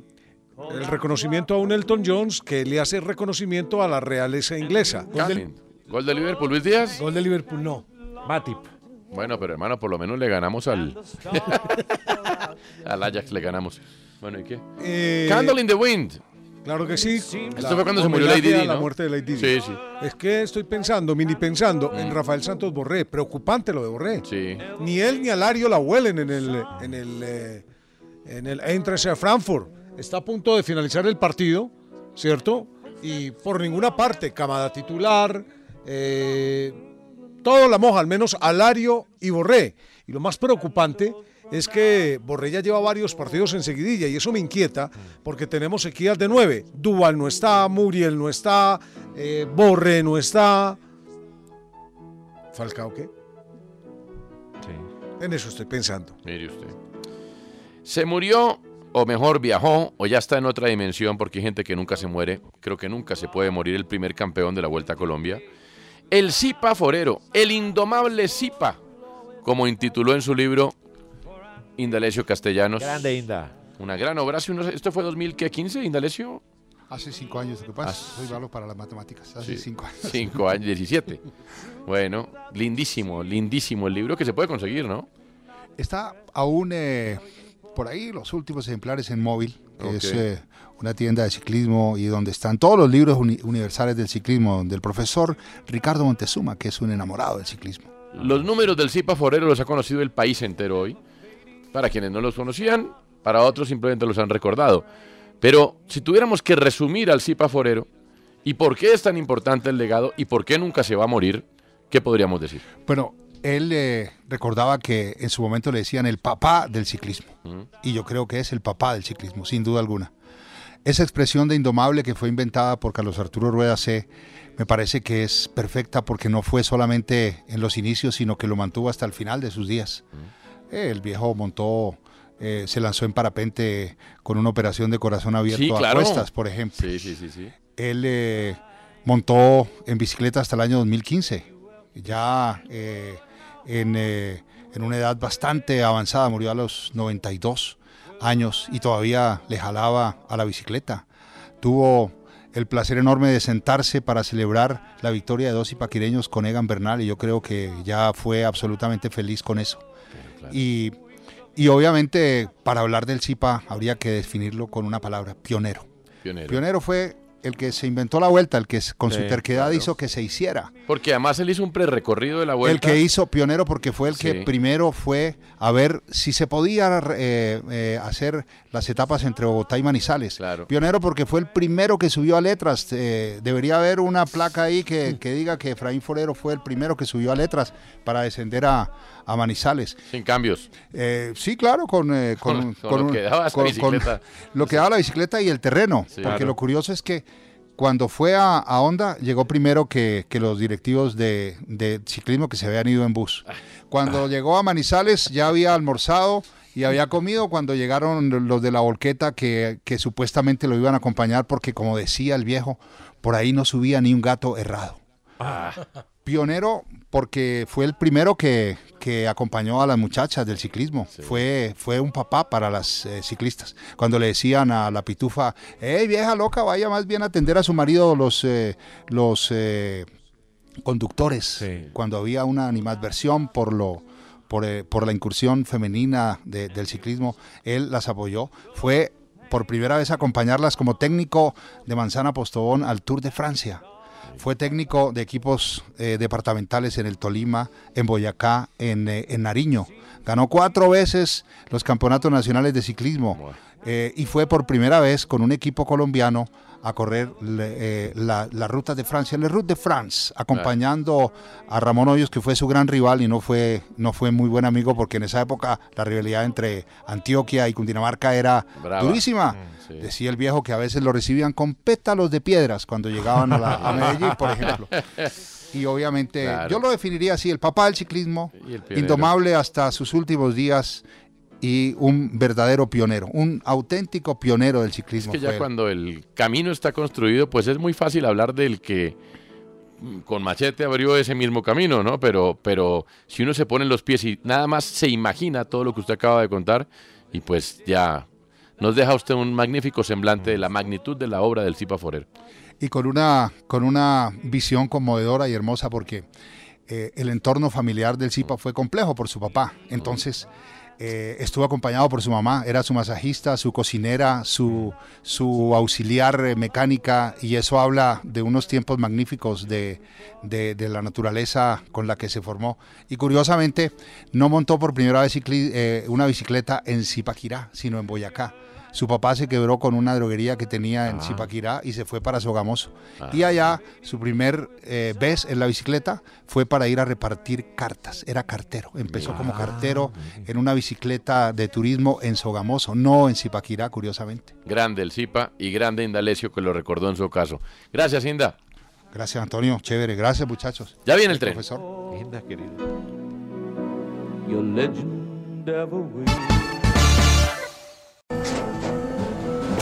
el reconocimiento a un Elton Jones que le hace reconocimiento a la realeza inglesa. Camin. Gol de Liverpool, Luis Díaz. Gol de Liverpool, no. Matip. Bueno, pero hermano, por lo menos le ganamos al. al Ajax le ganamos. Bueno, ¿y qué? Eh, Candle in the Wind. Claro que sí. Esto fue cuando se murió homenaje Lady a Di, la ¿no? muerte de Lady Di. Sí, sí. Es que estoy pensando, mini pensando, en Rafael Santos Borré. Preocupante lo de Borré. Sí. Ni él ni Alario la huelen en el, en el, eh, en el Eintracht Frankfurt. Está a punto de finalizar el partido, ¿cierto? Y por ninguna parte, camada titular, eh, todo la moja, al menos Alario y Borré. Y lo más preocupante es que Borré ya lleva varios partidos en seguidilla y eso me inquieta porque tenemos sequías de nueve. Duval no está, Muriel no está, eh, Borré no está. ¿Falcao qué? En eso estoy pensando. Mire usted. Se murió, o mejor viajó, o ya está en otra dimensión, porque hay gente que nunca se muere. Creo que nunca se puede morir el primer campeón de la Vuelta a Colombia. El Zipa Forero, el indomable Zipa, como intituló en su libro Indalecio Castellanos. Grande Inda. Una gran obra. Hace unos- ¿Esto fue 2015, Indalecio? Hace cinco años, lo que pasa, soy malo para las matemáticas. Hace Sí, cinco años. Cinco años, 17. Bueno, lindísimo, lindísimo el libro que se puede conseguir, ¿no? Está aún eh, por ahí los últimos ejemplares en móvil, que es Ok. eh, una tienda de ciclismo y donde están todos los libros uni- universales del ciclismo, del profesor Ricardo Montezuma, que es un enamorado del ciclismo. Los números del CIPA Forero los ha conocido el país entero hoy. Para quienes no los conocían, para otros simplemente los han recordado. Pero si tuviéramos que resumir al CIPA Forero y por qué es tan importante el legado y por qué nunca se va a morir, ¿qué podríamos decir? Bueno, él eh, recordaba que en su momento le decían el papá del ciclismo. Y yo creo que es el papá del ciclismo, sin duda alguna. Esa expresión de indomable que fue inventada por Carlos Arturo Rueda C. me parece que es perfecta porque no fue solamente en los inicios, sino que lo mantuvo hasta el final de sus días. Eh, El viejo montó, eh, se lanzó en parapente con una operación de corazón abierto Sí, claro. a cuestas, por ejemplo. Sí, sí, sí, sí. Él eh, montó en bicicleta hasta el año 2015, ya eh, en, eh, en una edad bastante avanzada, murió a los 92 años y todavía le jalaba a la bicicleta. Tuvo el placer enorme de sentarse para celebrar la victoria de dos ipaquireños con Egan Bernal y yo creo que ya fue absolutamente feliz con eso. Y, y obviamente para hablar del CIPA habría que definirlo con una palabra, pionero. Pionero. Pionero fue el que se inventó la vuelta, el que s- con su Sí, terquedad hizo que se hiciera. Porque además él hizo un prerecorrido de la vuelta. El que hizo pionero porque fue el que Sí. primero fue a ver si se podía eh, eh, hacer las etapas entre Bogotá y Manizales. Pionero porque fue el primero que subió a letras. eh, debería haber una placa ahí Mm. que, que diga que Efraín Forero fue el primero que subió a letras para descender a, a Manizales. Sin cambios. Eh, sí, claro, con, eh, Con- con, con lo un- que daba esta bicicleta. lo que daba la bicicleta y el terreno. Sí. porque Claro. lo curioso es que cuando fue a, a Honda, llegó primero que, que los directivos de, de ciclismo que se habían ido en bus. Ah. Cuando llegó a Manizales, ya había almorzado y había comido. Cuando llegaron los de la volqueta, que, que supuestamente lo iban a acompañar, porque como decía el viejo, por ahí no subía ni un gato errado Ah. pionero porque fue el primero que, que acompañó a las muchachas del ciclismo. Fue, fue un papá para las eh, ciclistas. Cuando le decían a la pitufa, hey vieja loca, vaya más bien a atender a su marido los, eh, los eh, conductores. Cuando había una animadversión por lo... Por, eh, por la incursión femenina de- del ciclismo, él las apoyó. Fue por primera vez a acompañarlas como técnico de Manzana Postobón al Tour de Francia. Fue técnico de equipos eh, departamentales en el Tolima, en Boyacá, en, eh, en Nariño. Ganó cuatro veces los campeonatos nacionales de ciclismo eh, y fue por primera vez con un equipo colombiano a correr le- eh, la, la ruta de Francia, la Route de France, acompañando a Ramón Hoyos, que fue su gran rival y no fue, no fue muy buen amigo, porque en esa época la rivalidad entre Antioquia y Cundinamarca era Brava. durísima. Mm, sí. Decía el viejo que a veces lo recibían con pétalos de piedras cuando llegaban a, la- a Medellín, por ejemplo. Y obviamente Claro. yo lo definiría así, el papá del ciclismo, Y el pionero. indomable hasta sus últimos días y un verdadero pionero, un auténtico pionero del Es ciclismo. que fue ya él. cuando el camino está construido, pues es muy fácil hablar del que mm, con machete abrió ese mismo camino, ¿no? Pero, pero si uno se pone en los pies y nada más se imagina todo lo que usted acaba de contar, y pues ya nos deja usted un magnífico semblante de la magnitud de la obra del Cipa Forero. y con una, con una visión conmovedora y hermosa porque eh, el entorno familiar del Zipa fue complejo por su papá. Entonces eh, estuvo acompañado por su mamá, era su masajista, su cocinera, su, su auxiliar eh, mecánica y eso habla de unos tiempos magníficos de, de- de la naturaleza con la que se formó. Y curiosamente no montó por primera vez cicli- eh, una bicicleta en Zipaquirá, sino en Boyacá. Su papá se quebró con una droguería que tenía en Ah. Zipaquirá y se fue para Sogamoso. Ah. Y allá, su primer eh, vez en la bicicleta fue para ir a repartir cartas. Era cartero. Empezó como Ah, cartero en una bicicleta de turismo en Sogamoso, no en Zipaquirá, curiosamente. Grande el Cipa y grande Indalecio que lo recordó en su caso. Gracias, Inda. Gracias, Antonio. Chévere. Gracias, muchachos. Ya viene el tren. Profesor. Your legend ever will.